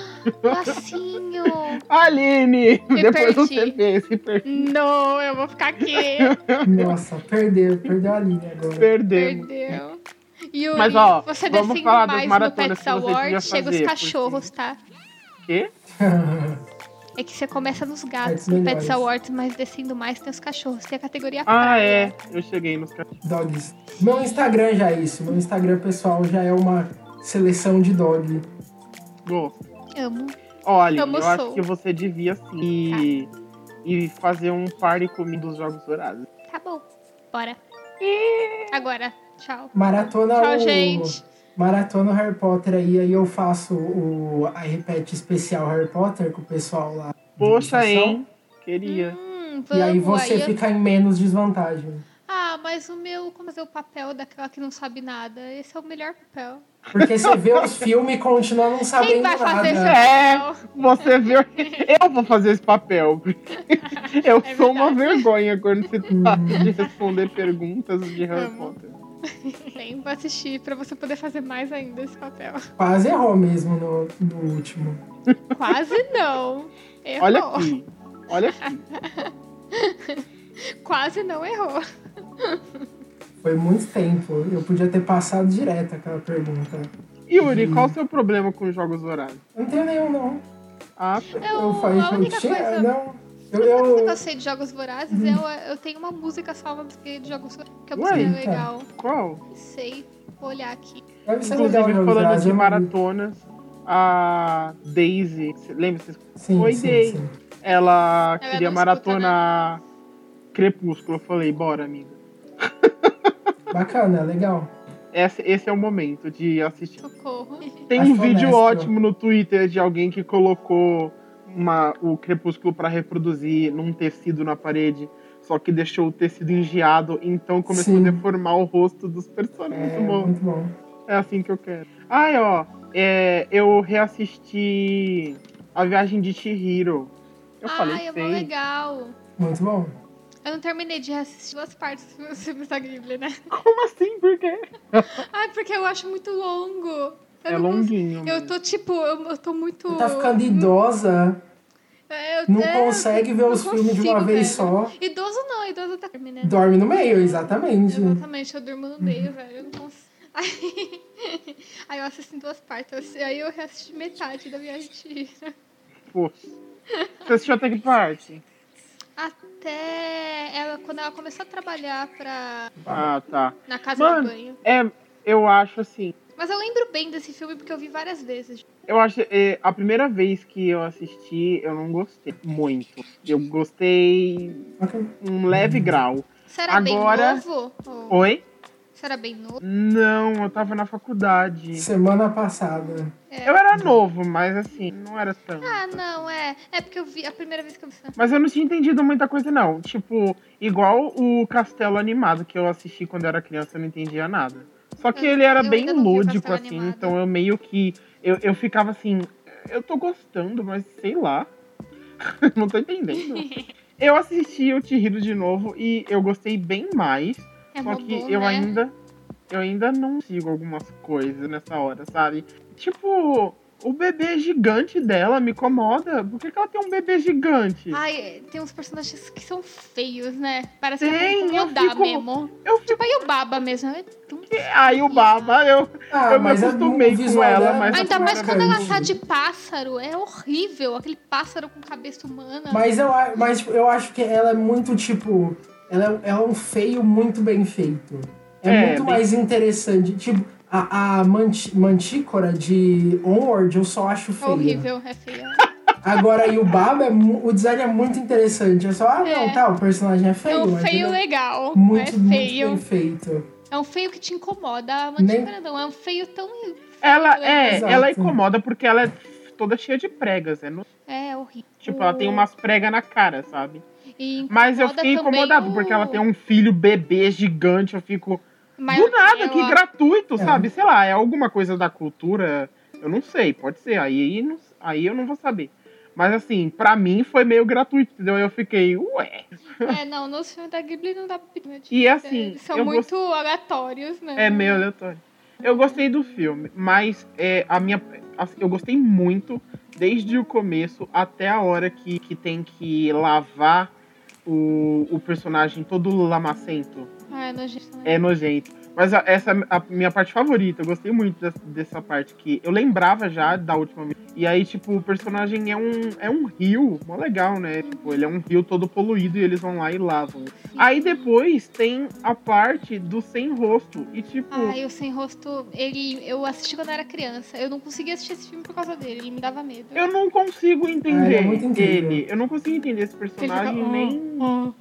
Lacinho.
Aline!
Me perdi.
Depois você vê se per-
Não, eu vou ficar aqui.
Nossa, perdeu, perdeu a linha agora.
perdemos.
Perdeu. Yuri,
Mas, ó,
você
vamos
define
falar das
mais no Pets
maratonas que você devia
Award, chega os
fazer,
cachorros, tá?
Quê?
É que você começa nos gatos
Pets
no
melhores.
Pets Awards, mas descendo mais tem os cachorros. Tem a categoria
Ah,
praia.
é. Eu cheguei nos cachorros.
Dogs. Meu Instagram já é isso. Meu Instagram pessoal já é uma seleção de dog.
Amo.
Ó, Aline,
Amo
eu
sou.
acho que você devia
Tá.
sim e, e fazer um party comigo dos Jogos Dourados.
Tá bom. Bora. Agora. Tchau.
Maratona um.
Tchau,
o...
gente.
Maratona o Harry Potter aí, aí eu faço o a repete especial Harry Potter com o pessoal lá.
Poxa,
Da
hein? Queria.
Hum,
E
vamos.
aí você
eu-
fica em menos desvantagem.
Ah, mas o meu... Como é o papel daquela que não sabe nada? Esse é o melhor papel.
Porque você vê os filmes e continua não sabendo
Quem vai fazer esse
nada.
É.
papel?
Você viu? Eu vou fazer esse papel. Eu
É
sou uma
verdade.
vergonha quando se trata de responder perguntas de Harry
Amo.
Potter.
Sim, vou assistir pra você poder fazer mais ainda esse papel.
Quase errou mesmo no, no último.
Quase não. Errou.
Olha aqui. Olha aqui.
Quase não errou.
Foi muito tempo. Eu podia ter passado direto aquela pergunta.
Yuri, qual o seu problema com os jogos horários?
Eu não tenho nenhum, não.
Ah, tá.
Eu,
eu falei
É a
que eu
única
tinha.
coisa tá
Não. Eu,
A única coisa
eu,
que eu sei de Jogos Vorazes é eu, eu tenho uma música salva dos- de Jogos Vorazes, que eu
Ué,
considero
então.
legal.
qual?
Não sei, vou olhar aqui.
deve ser legal
Inclusive,
jogos
falando
horários,
de
eu não vi.
maratonas, a Daisy, cê- lembra? vocês?
Sim,
Oi,
sim,
Dei.
sim.
Ela
não
queria
escuta né?
maratonar Crepúsculo. Eu falei, bora, amiga.
Bacana, legal.
Esse, esse é o momento de assistir.
Socorro.
Tem
Acho
um vídeo
honesto.
ótimo no Twitter de alguém que colocou uma- o Crepúsculo pra reproduzir num tecido na parede. Só que deixou o tecido engiado, então começou
Sim.
a deformar o rosto dos personagens.
É,
Muito bom.
muito bom.
É assim que eu quero. Ai, ó, é, eu reassisti A Viagem de Chihiro. Eu
Ai,
falei,
é mó
sei.
legal.
Muito bom.
Eu não terminei de assistir duas partes dos filmes da Ghibli, né?
Como assim? Por quê?
Ai, porque eu acho muito longo. Eu
é
não cons-
longuinho.
Eu tô tipo, eu, eu tô muito.
Tá ficando idosa,
É, eu-
não
é,
consegue ver
não
os filmes de uma
consigo,
vez
velho.
só.
Idoso não, idoso tá terminando.
Dorme no meio, exatamente.
Uhum.
Exatamente, eu durmo no meio, velho. Eu não consigo. Aí, aí eu assisti em duas partes. eu assi- Aí eu reassisti metade da viagem de ida.
Pô. Você assistiu até que parte?
Até ela, quando ela começou a trabalhar pra,
Ah, tá.
na casa
Mano.
de banho.
É, eu acho assim.
Mas eu lembro bem desse filme porque eu vi várias vezes.
Eu acho é, a primeira vez que eu assisti, eu não gostei muito. Eu gostei
Ok.
um leve grau.
Será
Agora-
bem novo? Ou-
Oi?
Será bem novo?
Não, eu tava na faculdade.
Semana passada.
Eu era novo, mas assim, não era tão.
Ah, não, é. É porque eu vi a primeira vez que eu vi.
Mas eu não tinha entendido muita coisa, não. Tipo, igual o Castelo Animado que eu assisti quando eu era criança, eu não entendia nada. Só que
Eu-
ele era
eu
bem
ainda não vi o
lúdico,
Castelo
assim,
Animado.
então eu meio que. Eu, eu ficava assim, eu tô gostando, mas sei lá. não tô entendendo. eu assisti o Tihiro de novo e eu gostei bem mais.
É
Só
mó
que
bom,
eu
né?
ainda. Eu ainda não sigo algumas coisas nessa hora, sabe? Tipo, o bebê gigante dela me incomoda. Por que, que ela tem um bebê
Ah,
gigante?
Ai, tem uns personagens que são feios, né? Parece que
Tem,
é
eu
pra incomodar
fico-
mesmo.
Eu fico.
Tipo, aí o Baba mesmo. é tão
Aí o baba, eu.
Ah,
Eu me
mas é
acostumei
o
com
visual
ela,
dela
mas-
é muito
Ainda mais quando ela tá
marcante.
de pássaro. É horrível. Aquele pássaro com cabeça humana.
Mas eu, a- mas tipo, eu acho que ela é muito tipo. Ela é, ela é um feio muito bem feito. É,
É,
muito
bem-
mais interessante. Tipo, a, a manti- mantícora de Onward eu só acho
é
feia.
horrível, é feia.
Agora, e o Baba, é mu- o design é muito interessante. Eu só, ah,
É.
não, tá, o personagem é
É
feio.
um
mas ele
feio
é
legal. não é
muito,
feio.
muito bem feito.
É um feio que te incomoda. A
Nem-
mantícara não. É um feio tão.
Ela é,
Exato.
ela incomoda porque ela é toda cheia de pregas. É no-
É horrível.
tipo, ela tem umas pregas na cara, sabe?
E
Mas eu
incomoda
fiquei
também
incomodado
o-
porque ela tem um filho bebê gigante. Eu fico.
maior
do nada, que
ela.
gratuito,
É.
sabe? Sei lá, é alguma coisa da cultura. Eu não sei, pode ser. Aí, aí não- aí eu não vou saber. Mas assim, pra mim foi meio gratuito, entendeu? Eu fiquei, ué.
É, não, nos filmes da Ghibli não dá pra pedir uma
E assim,
Eles são
eu
muito aleatórios, né?
É meio aleatório. Eu gostei do filme, mas é, a minha, assim, eu gostei muito desde o começo até a hora que, que tem que lavar o, o personagem todo lamacento.
Ah, é nojento, né?
É nojento. Mas a- essa é a minha parte favorita. Eu gostei muito dessa, dessa parte que eu lembrava já da última vez. E aí, tipo, o personagem é um, é um rio, mó legal, né? Tipo, ele é um rio todo poluído e eles vão lá e lavam. É. Aí depois tem a parte do sem rosto. E tipo.
Ai, o Sem Rosto, ele, eu assisti quando eu era criança. Eu não conseguia assistir esse filme por causa dele, ele me dava medo.
Eu não consigo entender
Ah, ele é muito incrível.
ele. Eu não consigo entender esse
Ele fica,
personagem,
"Oh,
nem,
oh".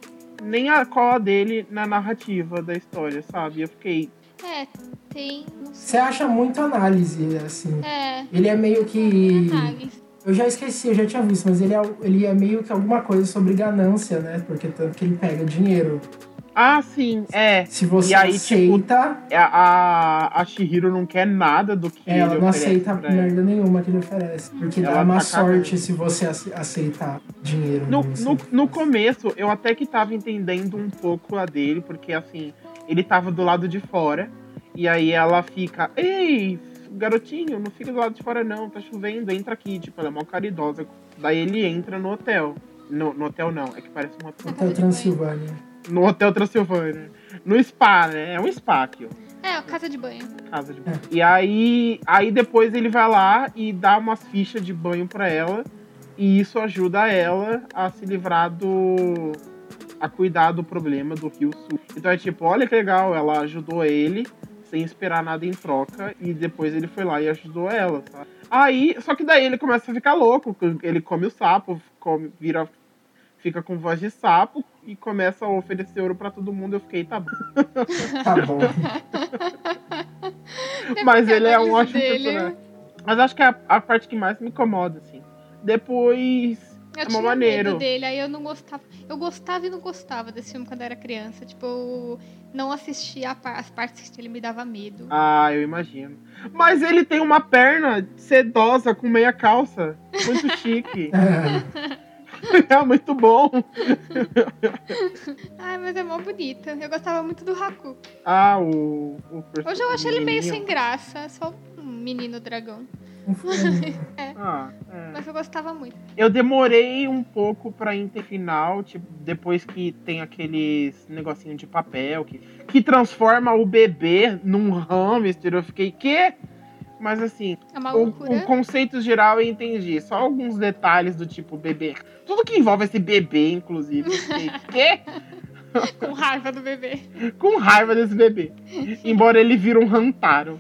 nem a cola dele na narrativa da história, sabe? Eu fiquei.
É, tem. Não sei.
Você acha muito análise, assim.
É.
Ele é meio que.
Análise.
Eu já esqueci, eu já tinha visto, mas ele é, ele é meio que alguma coisa sobre ganância, né? Porque tanto que ele pega dinheiro.
Ah, sim, é.
Se você
E aí, tipo,
aceita,
A, a, a Shihiro não quer nada do que
É, ela
ele
não
oferece
aceita
pra ela.
merda nenhuma que ele oferece. Porque
Ela
dá uma
tá
sorte
cagando.
se você ace- aceitar dinheiro.
No,
né, assim.
no, no começo, eu até que tava entendendo um pouco a dele, porque assim, ele tava do lado de fora, e aí ela fica, ei, garotinho, não fica do lado de fora não, tá chovendo, entra aqui, tipo, ela é mó caridosa. Daí ele entra no hotel. No, no hotel não, é que parece um
Tá
hotel.
Até o tá Transilvânia.
No Hotel Transilvânia. No spa, né? É um spa aqui, ó.
É, a casa de banho.
Casa de banho. E aí, aí depois ele vai lá e dá umas fichas de banho pra ela. E isso ajuda ela a se livrar do. a cuidar do problema do Rio Sul. Então é tipo, olha que legal, ela ajudou ele sem esperar nada em troca. E depois ele foi lá e ajudou ela, sabe? Aí, só que daí ele começa a ficar louco. Ele come o sapo, come, vira. Fica com voz de sapo e começa a oferecer ouro pra todo mundo. Eu fiquei, tá bom.
Tá bom.
Deve
Mas
ter
ele é um
análise
ótimo
dele. né?
personagem. Mas acho que é a, a parte que mais me incomoda, assim. Depois.
Eu
É
tinha
maneiro.
medo dele, aí eu não gostava. Eu gostava e não gostava desse filme quando eu era criança. Tipo, eu não assistia a par- as partes que ele me dava medo.
Ah, eu imagino. Mas ele tem uma perna sedosa com meia calça. Muito chique.
É,
é muito bom.
Ai, mas é mó bonita. Eu gostava muito do Haku.
Ah, o. o perso-
Hoje eu acho
o
ele meio sem
menininho.
graça, só um menino dragão.
Ah, é.
Mas eu gostava muito.
Eu demorei um pouco pra entender o final, tipo, depois que tem aqueles negocinho de papel que, que transforma o bebê num hamster. Eu fiquei, quê? Mas assim,
É uma
O,
loucura.
o conceito geral eu entendi. Só alguns detalhes do tipo bebê. Tudo que envolve esse bebê, inclusive. eu fiquei, Quê?
Com raiva do bebê.
Com raiva desse bebê. Embora ele vira um rantaro.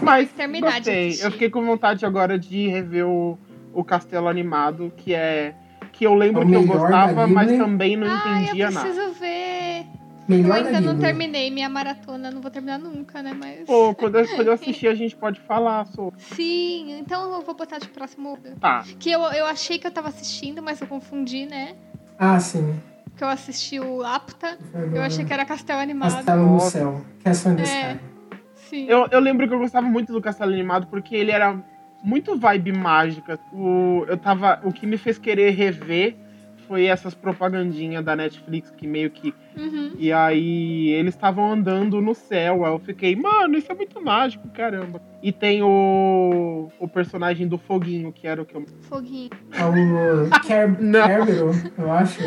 Mas
Exterminar de
gostei.
assistir.
Eu fiquei com vontade agora de rever o, o Castelo Animado, que é. Que eu lembro
O
que eu
melhor da
gostava,
Disney.
mas também não
Ai, eu
entendia nada.
preciso ver. Eu
melhor
ainda
da
não
Disney.
terminei minha maratona, não vou terminar nunca, né? Mas.
Pô, quando eu, quando eu assistir, a gente pode falar sobre.
Sim, então eu vou botar de próximo.
Tá.
Que eu, eu achei que eu tava assistindo, mas eu confundi, né?
Ah, sim.
Porque eu assisti o Apta, eu achei que era Castelo Animado.
Castelo no
Nossa.
Céu. Castle in the
É.
Sky.
Sim.
Eu, eu lembro que eu gostava muito do Castelo Animado porque ele era muito vibe mágica. O, eu tava, o que me fez querer rever foi essas propagandinhas da Netflix que meio que.
Uhum.
E aí eles estavam andando no céu. Aí eu fiquei, mano, isso é muito mágico, caramba. E tem o, o personagem do Foguinho, que era o que eu.
Foguinho.
É o Ker-
Não.
Kerbero, eu acho.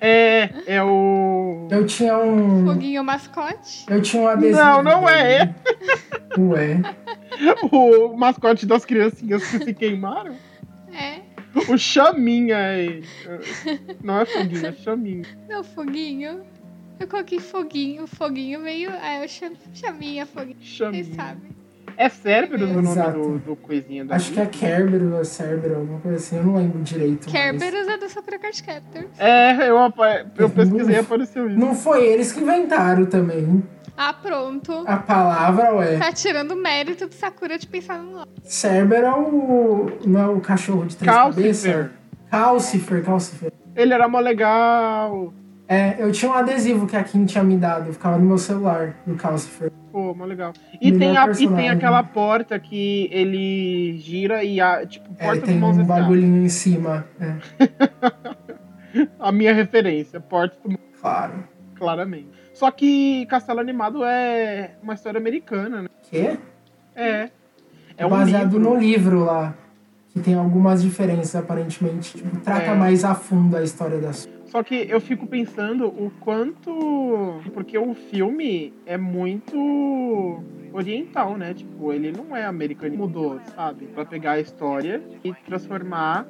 É, é o.
Eu tinha um.
Foguinho é o mascote.
Eu tinha um adesivo.
Não, não é
dele. Ué.
O mascote das criancinhas que se queimaram.
É.
O Chaminha é ele. Não é Foguinho, é Chaminha.
Não, foguinho. Eu coloquei foguinho, foguinho meio. Ah, eu cham... chaminha foguinho.
Chaminha.
Vocês sabem.
É Cerberus o nome
Exato.
do, do coisinha da
Acho que é
Disney?
Kerbero ou Cerbero, alguma coisa assim. Eu não lembro
Então,
direito. Mas...
Kerberos é do Sakura Card Captor.
É, eu, apa- eu pesquisei e apareceu isso.
Não foi eles que inventaram também.
Ah, pronto.
A palavra, ué.
Tá tirando mérito do Sakura de pensar no nome.
Cerbero é o. Não é o cachorro de três cabeças?
Calcifer.
Calcifer, Calcifer.
Ele era mó legal.
É, eu tinha um adesivo que a Kim tinha me dado, ficava no meu celular, do Calcifer.
O, pô, mó legal. E
Melhor
tem, a- e tem
personagem.
aquela porta que ele gira e a. Tipo,
É,
porta do
tem
Mãos
um
Escravas.
bagulhinho em cima. É,
A minha referência, porta do
claro.
claramente. Só que Castelo Animado é uma história americana, né?
Que?
É. É um
baseado
livro.
no livro lá. Que tem algumas diferenças, aparentemente. Tipo, trata
É.
mais a fundo a história da sua.
Só que eu fico pensando o quanto. Porque o filme é muito oriental, né? Tipo, ele não é americano. Mudou, sabe? Pra pegar a história e transformar.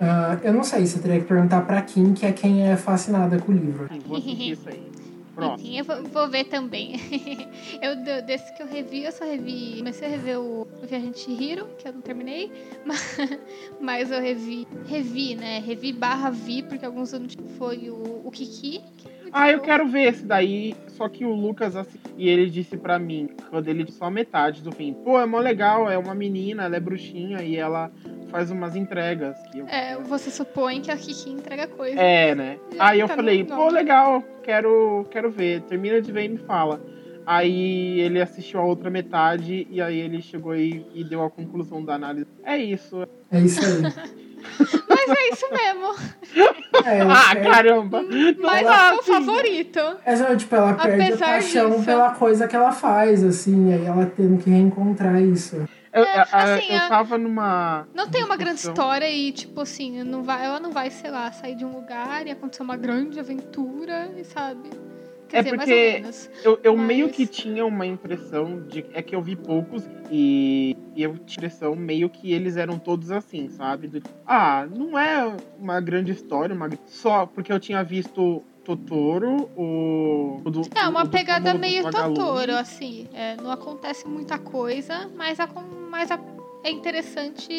Ah, eu não sei, você teria que perguntar pra Kim, que é quem é fascinada com o livro.
Sim, vou assistir isso aí. Próximo.
Enfim, eu vou, vou ver também. eu, de- desse que eu revi, eu só revi. Comecei a rever o o Viajante Hiro, que eu não terminei. Mas, mas eu revi. Revi, né? Revi barra vi, porque alguns anos foi o, o Kiki. que é muito
Ah, eu
bom.
quero ver esse daí. Só que o Lucas assi- e ele disse pra mim, quando ele só metade do fim, pô, é mó legal, é uma menina, ela é bruxinha e ela faz umas entregas. Que eu-
É, você supõe que a Kiki entrega coisa.
É, né? Aí eu
Tá no
falei,
nome.
pô, legal, quero, quero ver. Termina de ver e me fala. Aí ele assistiu a outra metade e aí ele chegou e, e deu a conclusão da análise. É isso.
É isso aí.
Mas é isso mesmo.
É,
ah,
é,
caramba!
mas
dá,
é o
filho.
favorito.
É só, tipo, ela perde
Apesar
a paixão
disso.
pela coisa que ela faz, assim, aí ela tendo que reencontrar isso.
É,
Eu, eu- eu-
assim,
eu
a-
tava numa.
Não tem uma grande
discussão.
história e, tipo assim, não vai, ela não vai, sei lá, sair de um lugar e acontecer uma grande aventura, e sabe? Quer
É
dizer, mais
porque-
ou menos.
Eu, eu
Mas-
meio que tinha uma impressão de. É que eu vi poucos e, e eu tinha a impressão meio que eles eram todos assim, sabe? Do- ah, não é uma grande história, uma, só porque eu tinha visto Totoro, o. o do-
É,
o
uma
do
pegada
Túmulo do
meio
Vagalume.
Totoro, assim. É, não acontece muita coisa, mas, a, mas a- é interessante.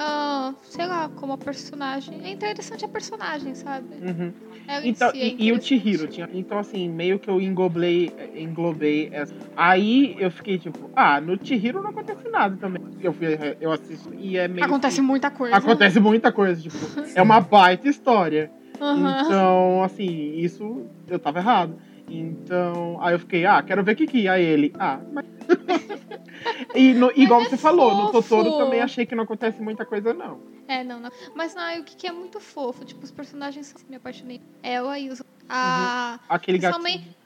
ah, sei lá, como a personagem. É interessante a personagem, sabe?
Uhum.
Ela em
Então,
si é
e, e o
interessante.
Chihiro tinha. Então, assim, meio que eu englobei, englobei essa. Aí eu fiquei tipo, ah, no Chihiro não acontece nada também. Eu, fui, eu assisto e é meio.
Acontece
que-
muita coisa.
acontece muita coisa, tipo, é uma baita história.
Aham.
Então, assim, isso eu tava errado. Então, aí eu fiquei, ah, quero ver o que que é. Aí ele, ah, mas. e no- igual
Mas é
você falou, no
fofo.
Totoro também achei que não acontece muita coisa, não.
É, não, não. Mas não, o que, que é muito fofo, tipo, os personagens são. Me apaixonei. Ela e os. A.
Aquele gato.
Principalmente.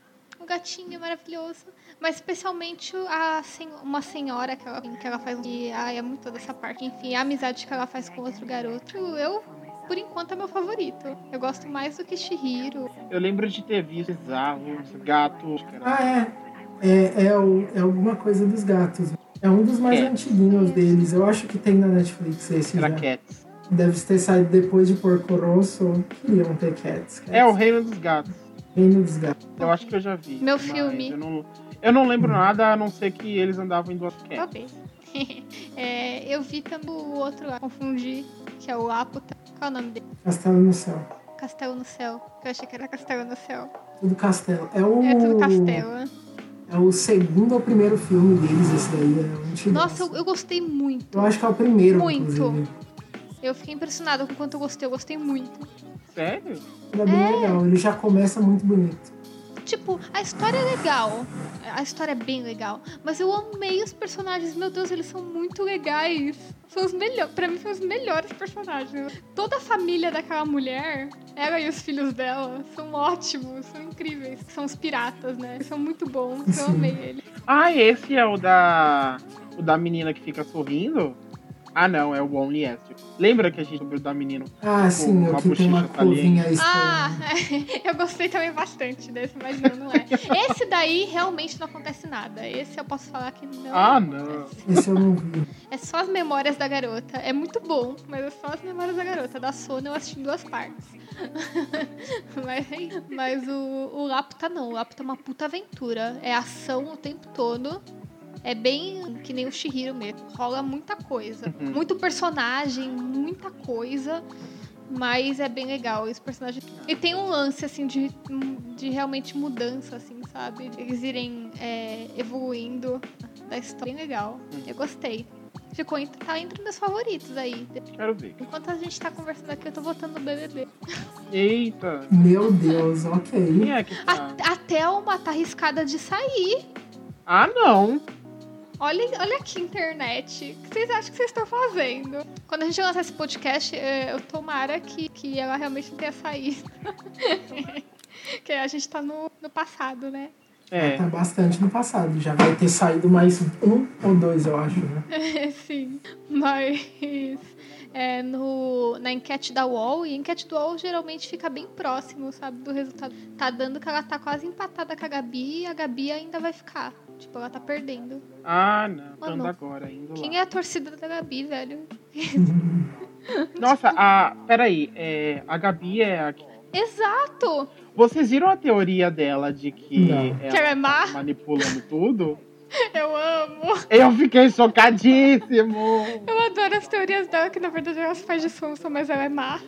O gatinho é maravilhoso. Mas especialmente a sen- uma senhora que ela, que ela faz. E ai, é muito dessa parte. Enfim, a amizade que ela faz com outro garoto. Eu, por enquanto, é meu favorito. Eu gosto mais do que Shihiro.
Eu lembro de ter visto bizarro, uns gatos.
Ah, é. É, é, o, é alguma coisa dos gatos. É um dos mais
É.
antiguinhos deles. Eu acho que tem na Netflix esse
Era
já.
Cats.
Deve ter saído depois de Porco Rosso. Queriam ter Cats. Cats.
É o Reino dos Gatos.
Reino dos Gatos.
Eu acho que eu já vi.
Meu
mas
filme.
Eu não, eu não lembro nada, a não ser que eles andavam em duas cats.
Talvez. É, eu vi também o outro lá, confundi, que é o Aputa. Qual é o nome dele?
Castelo no Céu.
Castelo no Céu. Eu achei que era Castelo no Céu.
Tudo Castelo. É o.
É tudo castelo, né?
É o segundo ou primeiro filme deles, esse daí. É um antigo.
Nossa, eu, eu gostei muito.
Eu acho que é o primeiro.
Muito.
Inclusive.
Eu fiquei impressionada com o quanto eu gostei. Eu gostei muito.
Sério?
Era bem
É?
legal. Ele já começa muito bonito.
Tipo, a história é legal. A história é bem legal. Mas eu amei os personagens. Meu Deus, eles são muito legais. São os melhores. Pra mim, são os melhores personagens. Toda a família daquela mulher, ela e os filhos dela, são ótimos. São incríveis. São os piratas, né? Eles são muito bons. Eu
Sim.
amei eles.
Ah, esse é o da. O da menina que fica sorrindo? Ah, não, é o Only Esther. Lembra que a gente sobre o da menina?
Ah, sim,
uma
o que tem uma
bochecha saliente.
curvinha aí.
Ah, eu gostei também bastante desse, mas não, não é. Esse daí realmente não acontece nada. Esse eu posso falar que não.
Ah, não.
acontece.
Esse eu não vi.
É só as memórias da garota. É muito bom, mas é só as memórias da garota. Da Sona eu assisti em duas partes. mas é mas o, o Laputa não. O Laputa é uma puta aventura. É ação o tempo todo. É bem que nem o Shihiro mesmo. Rola muita coisa.
Uhum.
Muito personagem, muita coisa. Mas é bem legal. Esse personagem. E tem um lance, assim, de, de realmente mudança, assim, sabe? De Eles irem é, evoluindo da história. Bem legal. Eu gostei. Ficou entre, tá entre os meus favoritos aí.
Quero ver.
Enquanto a gente tá conversando aqui, eu tô votando no BBB.
Eita.
Meu Deus, ok.
Quem é que tá?
A, a Thelma tá arriscada de sair.
Ah, Ah, não.
Olha, olha que internet. O que vocês acham que vocês estão fazendo? Quando a gente lançar esse podcast, eh, eu tomara que, que ela realmente não tenha saído. Porque a gente tá no, no passado, né?
É.
Tá bastante no passado. Já vai ter saído mais um ou dois, eu acho, né?
Sim. Mas é, no, na enquete da UOL, e a enquete do UOL geralmente fica bem próximo, sabe, do resultado. Tá dando que ela tá quase empatada com a Gabi e a Gabi ainda vai ficar. Tipo, ela tá perdendo.
Ah, não. Então
Mano,
dá agora, indo lá.
Quem é a torcida da Gabi, velho?
Nossa, a. Peraí, é, a Gabi é a. que-
Exato!
Vocês viram a teoria dela de que
Não.
Que ela é má?
tá manipulando tudo?
Eu amo!
Eu fiquei chocadíssimo!
Eu adoro as teorias dela, que na verdade ela se faz de sonsa, mas ela é má.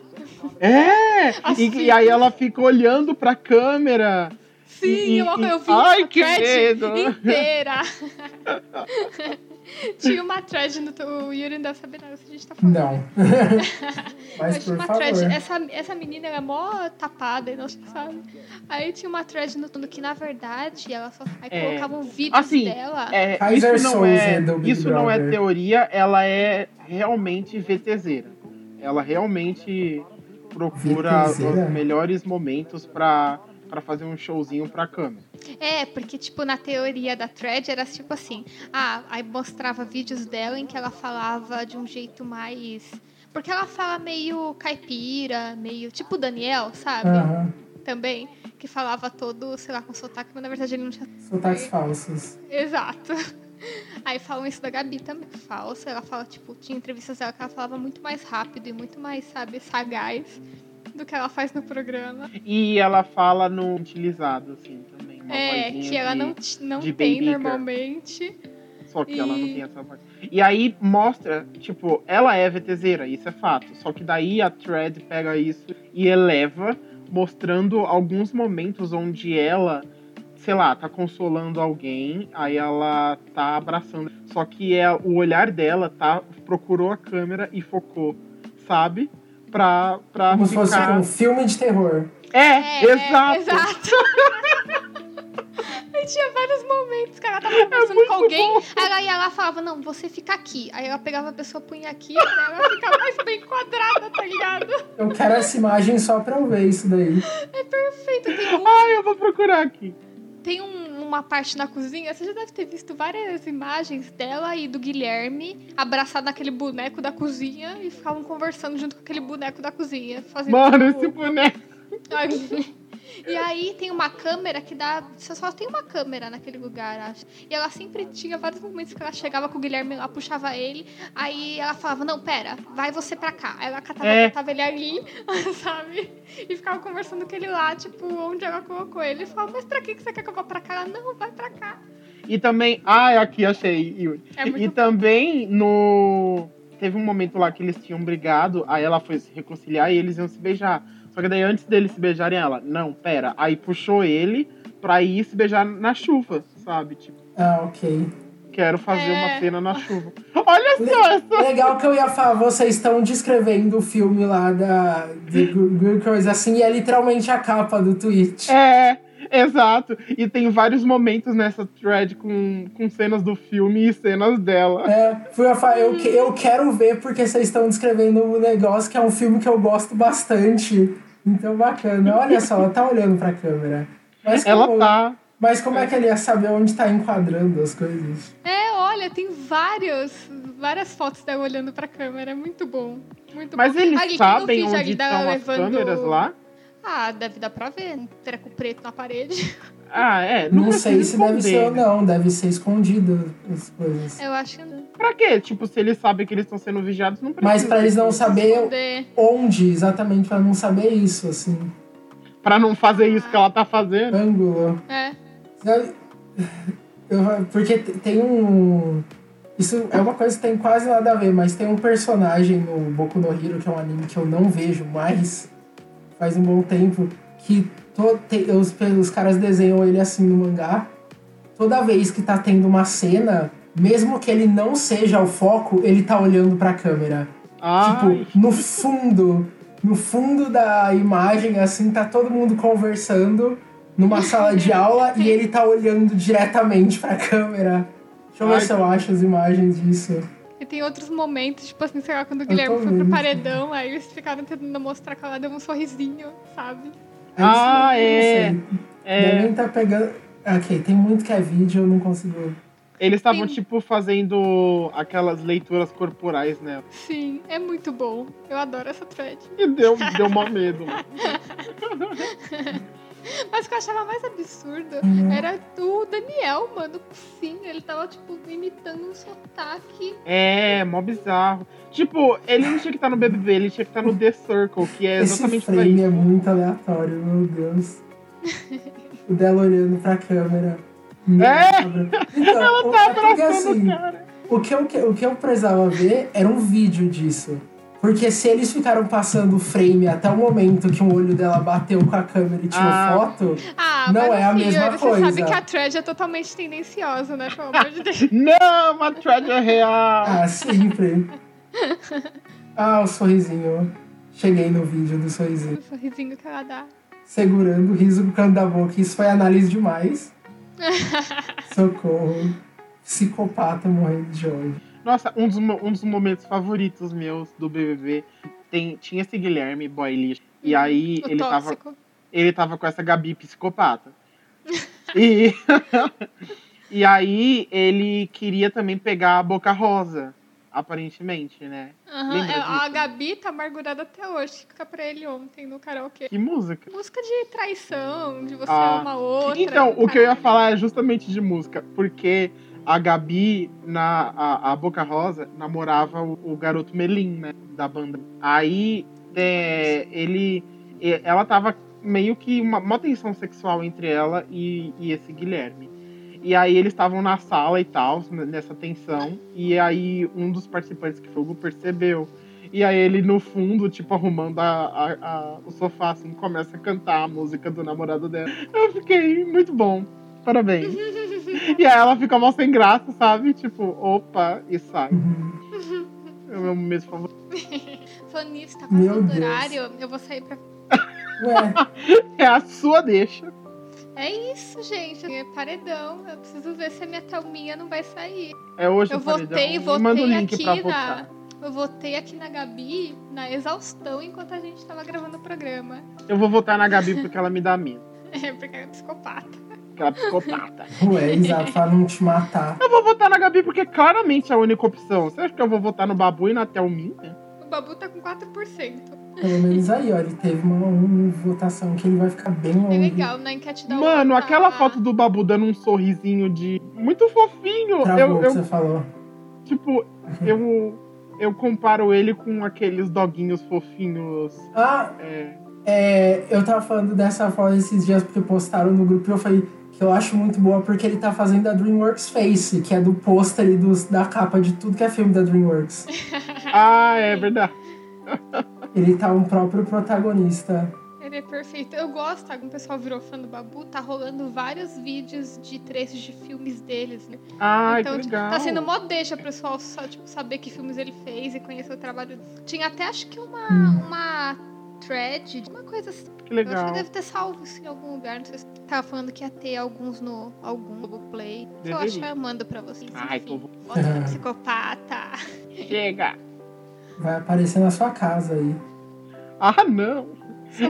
É!
Assim.
E, e aí ela fica olhando pra câmera.
Sim,
E-
eu,
e-
eu vi
Hum, ai,
uma
que
thread
medo.
inteira. Tinha uma thread no... O Yuri não deve saber nada se a gente tá falando.
Não. Mas
tinha
por
uma
favor.
thread, essa, essa menina ela é mó tapada e não sabe. Aí tinha uma thread no tudo que, na verdade, ela só aí
É.
colocavam vídeos
Assim,
dela.
É,
Kaiser
isso não
Souza
é,
do Big
isso não é
Brother.
teoria, ela é realmente VTZera. Ela realmente procura
VTZera?
os melhores momentos pra, pra fazer um showzinho pra câmera.
É, porque, tipo, na teoria da thread era tipo assim: ah, aí mostrava vídeos dela em que ela falava de um jeito mais. Porque ela fala meio caipira, meio. Tipo o Daniel, sabe?
Aham.
Também. Que falava todo, sei lá, com sotaque, mas na verdade ele não tinha.
Sotaques falsos.
Exato. Aí falam isso da Gabi também, falso. Ela fala, tipo, tinha entrevistas dela que ela falava muito mais rápido e muito mais, sabe, sagaz do que ela faz no programa.
E ela fala no utilizado, assim, também. Uma
é,
vozinha
que ela
de-
não, ti- não
de
tem
Baby Girl.
normalmente.
Só que ela não
E-
tem essa voz. E aí mostra, tipo, ela é VTZera, isso é fato. Só que daí a thread pega isso e eleva, mostrando alguns momentos onde ela, sei lá, tá consolando alguém, aí ela tá abraçando. Só que é, o olhar dela tá procurou a câmera e focou, sabe? Pra, pra
Como se fosse
ficar.
um filme de terror.
É, exato.
exato. Aí tinha vários momentos que ela
É
tava conversando com alguém, aí ela ia lá e falava, não, você fica aqui. Aí ela pegava a pessoa, punha aqui, pra ela ficar mais bem quadrada, tá ligado?
Eu quero essa imagem só pra eu ver isso daí.
Perfeito, tem, um-
Ai, eu vou procurar aqui.
tem um- uma parte na cozinha, você já deve ter visto várias imagens dela e do Guilherme abraçado naquele boneco da cozinha e ficavam conversando junto com aquele boneco da cozinha. Fazendo
Mano,
tipo-
esse boneco.
Ai, E aí tem uma câmera que dá. Só só tem uma câmera naquele lugar, acho. E ela sempre tinha vários momentos que ela chegava com o Guilherme lá, puxava ele. Aí ela falava, não, pera, vai você pra cá. Aí ela catava,
É.
catava ele ali, sabe? E ficava conversando com ele lá, tipo, onde ela colocou ele. E falava, mas pra que que você quer que eu vá pra cá? Ela, não, vai pra cá.
E também. Ai, aqui achei, Yuri.
É
e
muito
também no. Teve um momento lá que eles tinham brigado, aí ela foi se reconciliar e eles iam se beijar. Só que daí antes deles se beijarem, ela, não, pera. Aí puxou ele pra ir se beijar na chuva, sabe? Tipo,
Ah, ok.
quero
É.
fazer uma cena na chuva. Olha só essa.
Legal que eu ia falar, vocês estão descrevendo o filme lá da de Good Girls, assim, e é literalmente a capa do tweet.
É, exato. E tem vários momentos nessa thread com, com cenas do filme e cenas dela.
É, fui a falar, eu, que- eu quero ver porque vocês estão descrevendo um negócio que é um filme que eu gosto bastante. Então, bacana. Olha só, ela tá olhando pra câmera. Mas como,
Ela tá.
mas como é que ele ia saber onde tá enquadrando as coisas?
É, olha, tem vários, várias fotos dela olhando pra câmera. É muito bom. Muito
Mas
bom.
eles
Ali, tem um
sabem
vídeo
onde
ali
estão
dela
as
levando-
câmeras lá?
Ah, deve dar pra ver. Um treco preto na parede.
Ah, é.
Não,
Não,
sei se
precisa
deve ser
esconder,
ou
né?
não, deve ser escondido as
É,
coisas.
Eu acho que não.
Pra quê? Tipo, se eles sabem que eles estão sendo vigiados, não precisa.
Mas pra eles não saber
De...
onde, exatamente, pra não saber isso, assim,
Pra não fazer isso que ela tá fazendo.
ângulo.
É.
Sabe? Eu- Porque te- tem um. Isso é uma coisa que tem quase nada a ver, mas tem um personagem no Boku no Hero, que é um anime que eu não vejo mais, faz um bom tempo, que to, te- os, os caras desenham ele assim no mangá. Toda vez que tá tendo uma cena, mesmo que ele não seja o foco, ele tá olhando pra câmera.
Ai,
Tipo, no fundo, no fundo da imagem, assim, tá todo mundo conversando numa sala de aula e ele tá olhando diretamente pra câmera. Deixa eu ver
Ai,
se eu acho as imagens disso.
E tem outros momentos, tipo assim, sei lá, quando o Guilherme
tô
foi pro
vendo.
paredão, aí eles ficaram tentando mostrar que ela deu um sorrisinho, sabe?
É isso,
Ah,
né?
é.
Não sei.
É,
Devem tá pegando. Ok, tem muito que é vídeo, eu não consigo.
eles estavam,
Sim.
tipo, fazendo aquelas leituras corporais, né?
Sim, é muito bom. Eu adoro essa thread.
E deu, deu mó medo. mano.
Mas o que eu achava mais absurdo
Uhum.
era o Daniel, mano. Sim, ele tava, tipo, imitando um sotaque.
É, mó bizarro. Tipo, ele não tinha que estar no BBB, ele tinha que estar no The Circle, que é
Esse
exatamente pra
frame
isso.
é muito aleatório, meu Deus. o dela olhando pra câmera. Meu
É!
cabra. Então, Ela
Tá
assim,
abraçando o cara.
O que, eu, que- o que eu precisava ver era um vídeo disso. Porque se eles ficaram passando o frame até o momento que um olho dela bateu com a câmera e tirou
Ah.
foto,
Ah,
Não
mas
é a
assim,
mesma
você
coisa.
sabe que a thread é totalmente tendenciosa, né? Pelo amor de Deus.
Não, uma tragédia real.
ah, sempre. ah, o sorrisinho. Cheguei no vídeo do sorrisinho.
O sorrisinho que ela dá.
Segurando o riso no canto da boca. Isso foi análise demais. Socorro. Psicopata morrendo de ódio.
Nossa, um dos, mo- um dos momentos favoritos meus do BBB tem, tinha esse Guilherme, boy lixo. E aí
O
ele tava,
tóxico.
ele tava com essa Gabi psicopata. E, e aí ele queria também pegar a Boca Rosa, aparentemente, né?
Aham,
Lembra
é, a
disso?
Gabi tá amargurada até hoje. Fica pra ele ontem no karaokê.
Que música.
Música de traição, de você
Ah.
ama a outra.
Então, o que eu ia
caralho.
falar é justamente de música, porque a Gabi, na, a, a Boca Rosa, namorava o, o garoto Melim, né? Da banda. Aí é, ele. e- Ela tava meio que uma, uma tensão sexual entre ela e, e esse Guilherme. E aí eles estavam na sala e tal, n- nessa tensão. E aí um dos participantes que foi o Gu percebeu. E aí ele no fundo, tipo, arrumando a, a- a- o sofá, assim, começa a cantar a música do namorado dela. Eu fiquei muito bom. Parabéns. e aí ela fica mal sem graça, sabe? Tipo, opa, e sai.
Uhum.
É o meu mesmo favorito.
Falando nisso, tá
Meu
passando
Deus.
horário. Eu vou sair pra.
Ué,
É a sua deixa.
É isso, gente. É paredão. Eu preciso ver se a minha Thelminha não vai sair.
É hoje
Eu
o paredão.
votei,
Me
votei
Manda o link
aqui
pra
na-
votar.
Eu votei aqui na Gabi, na exaustão, enquanto a gente tava gravando o programa.
Eu vou votar na Gabi porque ela me dá medo.
É, porque ela é psicopata.
Porque ela é psicopata.
ué, exato, pra não te matar.
eu vou votar na Gabi porque claramente é a única opção. Você acha que eu vou votar no Babu e na Thelminha?
O Babu tá com 4%.
Pelo menos aí, ó, ele teve uma, uma votação que ele vai ficar bem longe.
É legal, na enquete da
Mano,
urna,
aquela
a-
foto do Babu dando um sorrisinho de. Muito fofinho.
Travou o
Eu,
que
eu,
você falou.
tipo, eu. Eu comparo ele com aqueles doguinhos fofinhos.
Ah,
É,
É, eu tava falando dessa foto esses dias porque postaram no grupo e eu falei que eu acho muito boa porque ele tá fazendo a DreamWorks Face, que é do pôster e dos- da capa de tudo que é filme da DreamWorks.
Ah, é verdade.
Ele tá um próprio protagonista.
Ele é perfeito. Eu gosto, algum pessoal virou fã do Babu, tá rolando vários vídeos de trechos de filmes deles, né?
Ah,
então,
que
tipo,
legal.
tá sendo mó deixa o pessoal só, tipo, saber que filmes ele fez e conhecer o trabalho. Tinha até, acho que uma, uma thread, uma coisa assim.
Que
Eu acho
legal.
que deve ter salvo isso em algum lugar. Não sei se tava falando que ia ter alguns no algum Globoplay. Se eu
Deveria.
achar, eu mando pra vocês.
Ai,
enfim.
tô-
Bota no psicopata.
Chega.
Vai aparecer na sua casa aí.
Ah, não.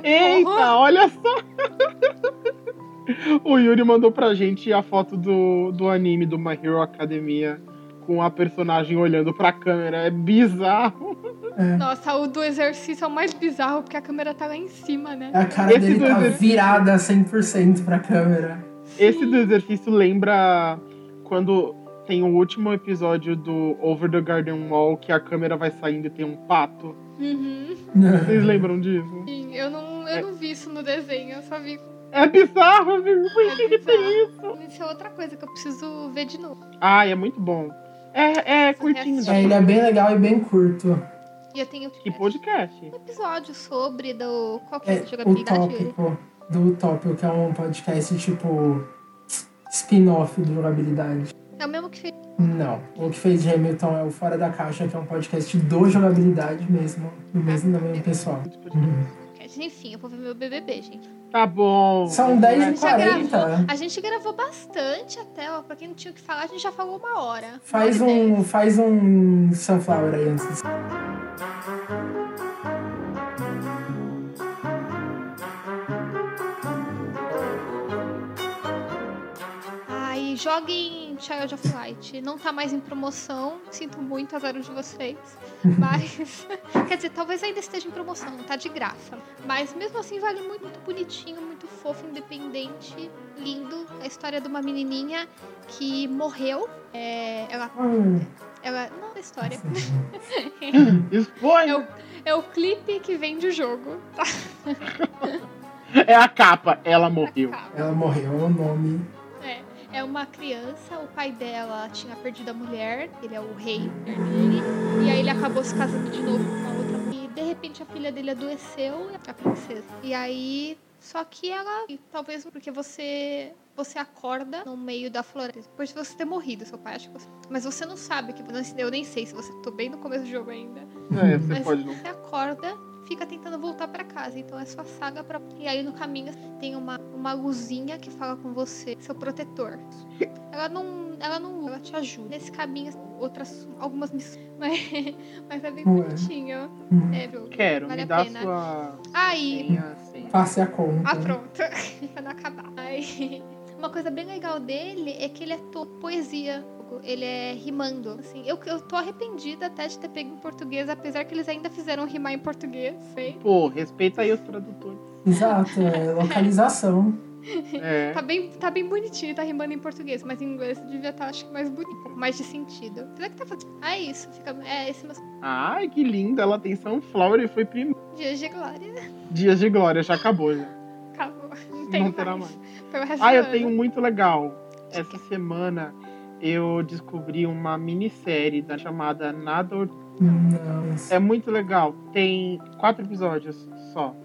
Eita, olha só. o Yuri mandou pra gente a foto do, do anime do My Hero Academia com a personagem olhando pra câmera. É bizarro.
Nossa, o do exercício é o mais bizarro, porque a câmera tá lá em cima, né?
A cara
Esse
dele
do
tá
exercício.
virada 100% pra câmera.
Esse do exercício lembra quando tem o último episódio do Over the Garden Wall que a câmera vai saindo e tem um pato.
Uhum.
Vocês lembram disso?
Sim, eu não, eu não vi isso no desenho, eu só vi.
É bizarro, viu?
É
Por que, que tem isso?
bizarro. Isso é outra coisa que eu preciso ver de novo.
Ai, é muito bom. É, é curtinho.
reassiste.
É, ele é bem legal e bem curto.
E eu tenho
Que
um
podcast.
episódio sobre do qual que é
É
a
o
jogabilidade.
tópico do Utópico, que é um podcast tipo spin-off de jogabilidade.
É o mesmo que fez.
Não. O que fez Hamilton é o Fora da Caixa, que é um podcast do jogabilidade mesmo, do mesmo, do mesmo pessoal.
Muito podcast.
Mas enfim, eu vou ver meu BBB, gente.
Tá bom.
São
A
10 e
gente, já gravou,
40.
a gente gravou bastante até, ó. Pra quem não tinha o que falar, a gente já falou uma hora.
Faz
Uma hora e
um,
dez.
faz um sunflower aí antes disso.
Ai, joguem Child of Light. Não tá mais em promoção. Sinto muito azar de vocês. Mas. quer dizer, talvez ainda esteja em promoção, tá de graça. Mas mesmo assim vale muito, muito bonitinho, muito fofo, independente, lindo. A história de uma menininha que morreu. É, ela.
Hum,
ela não, a história.
Spoiler!
É o clipe que vende o jogo. Tá,
É a capa. Ela morreu.
calma.
ela morreu, é o nome.
É, é uma criança, o pai dela tinha perdido a mulher, ele é o rei dele, e aí ele acabou se casando de novo com uma outra mulher. E de repente a filha dele adoeceu, a princesa. E aí, só que ela, e talvez porque você você acorda no meio da floresta, depois de você ter morrido, seu pai acha que você... Mas você não sabe, que eu nem sei se você... Tô bem no começo do jogo ainda.
É, você
Mas
pode não.
você acorda, fica tentando voltar pra casa. Então é sua saga pra. E aí no caminho tem uma, uma luzinha que fala com você, seu protetor. Ela não. Ela não. Ela te ajuda. Nesse caminho, outras. algumas missões. Mas, mas é bem
Ué.
bonitinho.
Hum.
É, viu?
Quero,
Vale
me
a
dá a
pena.
sua
Aí.
senha, senha.
Passe a conta.
Ah, pronto. pra não acabar. Aí, uma coisa bem legal dele é que ele é todo poesia. Ele é rimando. Assim, eu, eu tô arrependida até de ter pego em português, apesar que eles ainda fizeram rimar em português. Sei.
Pô, respeita aí os tradutores.
Exato, é localização.
É.
Tá bem, tá bem bonitinho, tá rimando em português, mas em inglês devia estar, acho que mais bonito, um pouco mais de sentido. Apesar que tá fazendo. Ah, é isso. Fica... É esse meu
Ai, que linda. Ela tem Sunflower e foi primeiro.
dia de glória.
Dias de glória, já acabou já.
Acabou. Não tem
não terá mais.
mais. Pelo resto
Ah,
do
eu
ano.
tenho muito legal. Essa semana eu descobri uma minissérie da chamada Nada Or-
Nossa.
É muito legal. Tem quatro episódios só.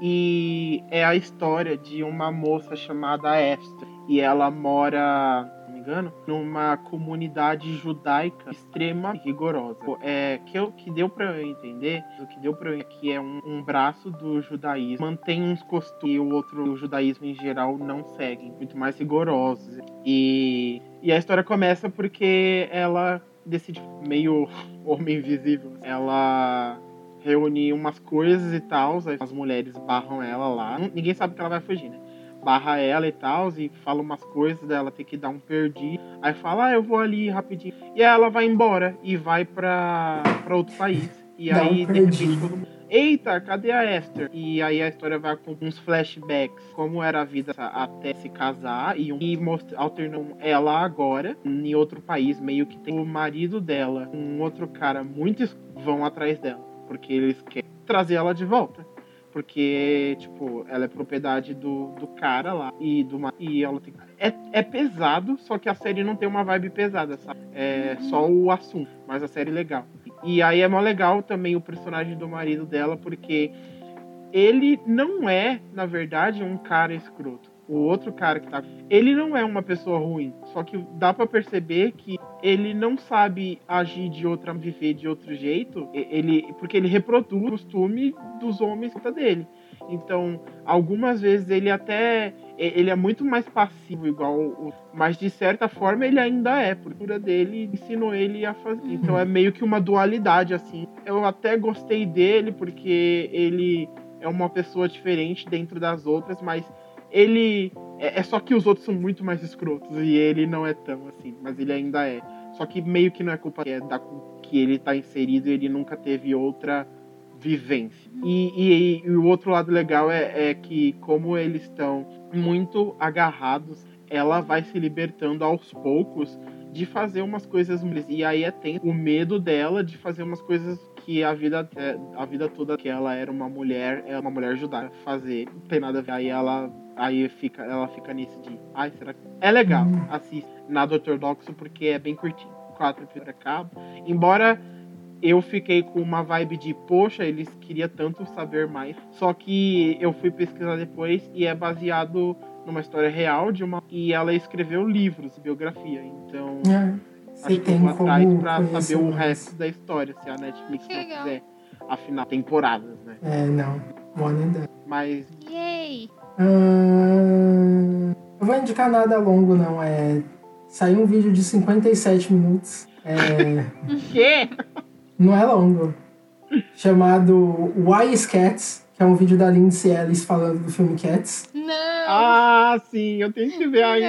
E é a história de uma moça chamada Esther. E ela mora, se não me engano, numa comunidade judaica extrema e rigorosa. É, que, eu, que deu pra eu entender, o que deu pra eu que é um, um braço do judaísmo. Mantém uns costumes que o outro o judaísmo em geral não segue. Muito mais rigorosos. E, e a história começa porque ela decide, meio homem invisível, ela reúne umas coisas e tal, as mulheres barram ela lá. N- Ninguém sabe que ela vai fugir, né? Barra ela e tal, e fala umas coisas dela ter que dar um perdi. Aí fala, ah, eu vou ali rapidinho. E aí ela vai embora e vai pra, pra outro país. E
Dá um
aí, de
perdi.
repente, todo mundo. Eita, cadê a Esther? E aí a história vai com uns flashbacks, como era a vida até se casar, e, um, e mostra- alternam ela agora em outro país, meio que tem o marido dela, um outro cara muito es- vão atrás dela, porque eles querem trazer ela de volta. Porque, tipo, ela é propriedade do, do cara lá e do ma- e ela tem. É, é pesado, só que a série não tem uma vibe pesada, sabe? É só o assunto, mas a série é legal. E aí é mó legal também o personagem do marido dela, porque ele não é, na verdade, um cara escroto. O outro cara que tá. Ele não é uma pessoa ruim. Só que dá pra perceber que ele não sabe agir de outra, viver de outro jeito. E- Ele, porque ele reproduz o costume dos homens que tá dele. Então, algumas vezes ele até. e- Ele é muito mais passivo, igual. o- Mas de certa forma ele ainda é. Porque a cultura dele ensinou ele a fazer.
Uhum.
Então é meio que uma dualidade, assim. Eu até gostei dele, porque ele é uma pessoa diferente dentro das outras, mas ele. É é só que os outros são muito mais escrotos e ele não é tão assim, mas ele ainda é. Só que meio que não é culpa é da cu- que ele tá inserido e ele nunca teve outra vivência. E, e- e o outro lado legal é, é que, como eles estão muito agarrados, ela vai se libertando aos poucos de fazer umas coisas. E aí é tem o medo dela de fazer umas coisas que a vida, é, a vida toda que ela era uma mulher, é uma mulher judaica fazer. Não tem nada a ver. Aí ela. Aí fica, ela fica nisso de. Ai, será que. É legal,
Hum.
assista na Dr. Doxo, porque é bem curtinho. Quatro episódios acaba. Embora eu fiquei com uma vibe de, poxa, eles queriam tanto saber mais. Só que eu fui pesquisar depois e é baseado numa história real de uma. E ela escreveu livros, biografia. Então
É. Você
acho que eu
tem
vou atrás
como
pra
conhecer
saber o
mais.
resto da história, se a Netflix
Que
não
legal.
quiser Afinal, temporadas, né?
É, não. One and done.
Mas
Yay!
Ah, eu vou indicar nada longo, não. É, saiu um vídeo de 57 minutos. É,
quê?
não é longo. Chamado Why is Cats? Que é um vídeo da Lindsay Ellis falando do filme Cats.
Não!
Ah, sim, eu tenho que ver ainda.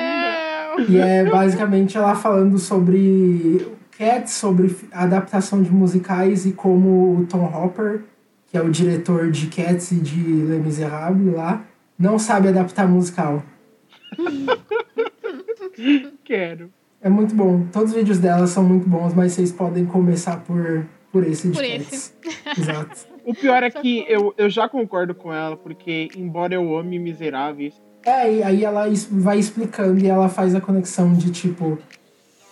não!
E é basicamente ela falando sobre Cats, sobre a adaptação de musicais e como o Tom Hopper, que é o diretor de Cats e de Les Miserables lá, não sabe adaptar musical.
Quero.
É muito bom. Todos os vídeos dela são muito bons, mas vocês podem começar por, por esse de
Por
Cats. Exato.
O pior é que eu, eu já concordo com ela, porque embora eu ame Miseráveis,
É, e aí ela es- vai explicando e ela faz a conexão de tipo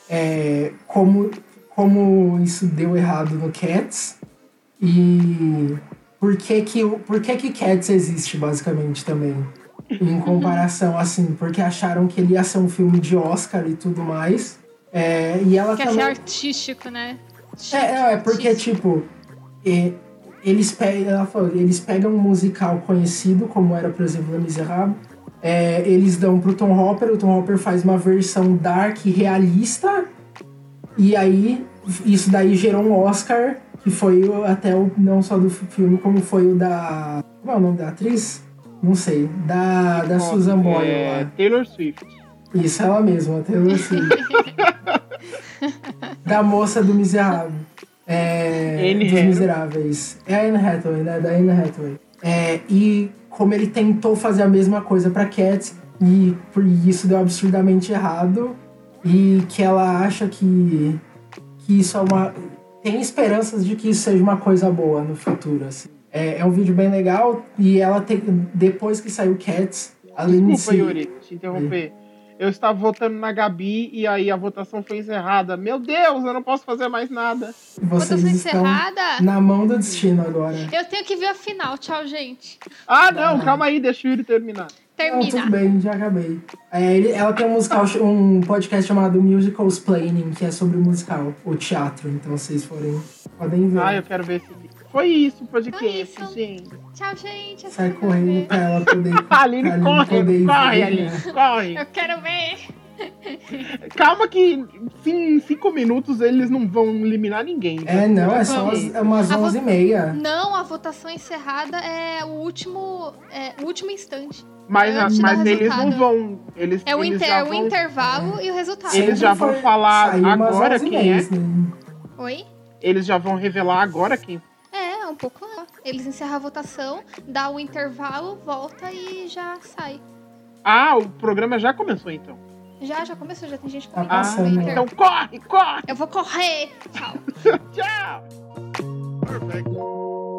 é, como, como isso deu errado no Cats e por que que, o- por que que Cats existe basicamente também. Em comparação, assim, porque acharam que ele ia ser um filme de Oscar e tudo mais. É, e ela
Quer
também...
ser artístico, né?
É, não, é porque, tipo, é, eles, pe ela falou, eles pegam um musical conhecido, como era, por exemplo, Les Miserables, é, eles dão pro Tom Hopper, o Tom Hopper faz uma versão dark e realista, e aí isso daí gerou um Oscar, que foi o- até o, não só do fi- filme, como foi o da. Como é o nome da atriz? Não sei. Da, da Susan Boyle
é,
lá.
Taylor Swift.
Isso, é ela mesma, até assim. da moça do Miserável. É,
Anne
dos
Hathaway.
Miseráveis. É a Anne Hathaway, né? Da Anne Hathaway. É, e como ele tentou fazer a mesma coisa pra Cats, e por isso deu absurdamente errado, e que ela acha que, que isso é uma... Tem esperanças de que isso seja uma coisa boa no futuro, assim. É, é um vídeo bem legal, e ela tem... Depois que saiu Cats, a
Desculpa,
Lindsay...
Yuri, te interromper. Eu estava votando na Gabi e aí a votação foi encerrada. Meu Deus, eu não posso fazer mais nada.
Vocês
Votação
estão
encerrada?
na mão do destino agora.
Eu tenho que ver a final. Tchau, gente.
Ah, não, calma aí, deixa o Yuri terminar.
Não,
Termina.
tudo bem, já acabei. É, ele- ela tem um musical, um podcast chamado Musicals Planning, que é sobre musical, o teatro. Então vocês forem, podem ver.
Ah, eu quero ver esse vídeo. Foi isso o
Foi
podcast,
isso.
gente.
Tchau, gente. Eu
Sai
quero ver.
correndo pra ela poder.
A Aline,
pra Aline
corre,
poder
corre,
ver, né?
Aline, corre.
Eu quero ver.
Calma que em cinco minutos eles não vão eliminar ninguém. né?
É, não, é só as- é umas
Ah, vou-
11 e meia.
Não, a votação encerrada é o último, é, o último instante.
Mas,
antes do
mas eles
resultado.
não vão. Eles,
É o,
eles
inter-
já
é o
vão-
intervalo e o resultado.
Eles já vão falar
saiu umas
agora
11 e
quem
meia,
é?
assim.
Oi?
Eles já vão revelar agora quem.
É, um pouco. lá. Eles encerram a votação, dá o intervalo, volta e já sai.
Ah, o programa já começou então.
Já, já começou, já tem gente
Tá
comentando no
passando.
Twitter.
Então corre, corre!
Eu vou correr. Tchau.
Tchau! Perfect.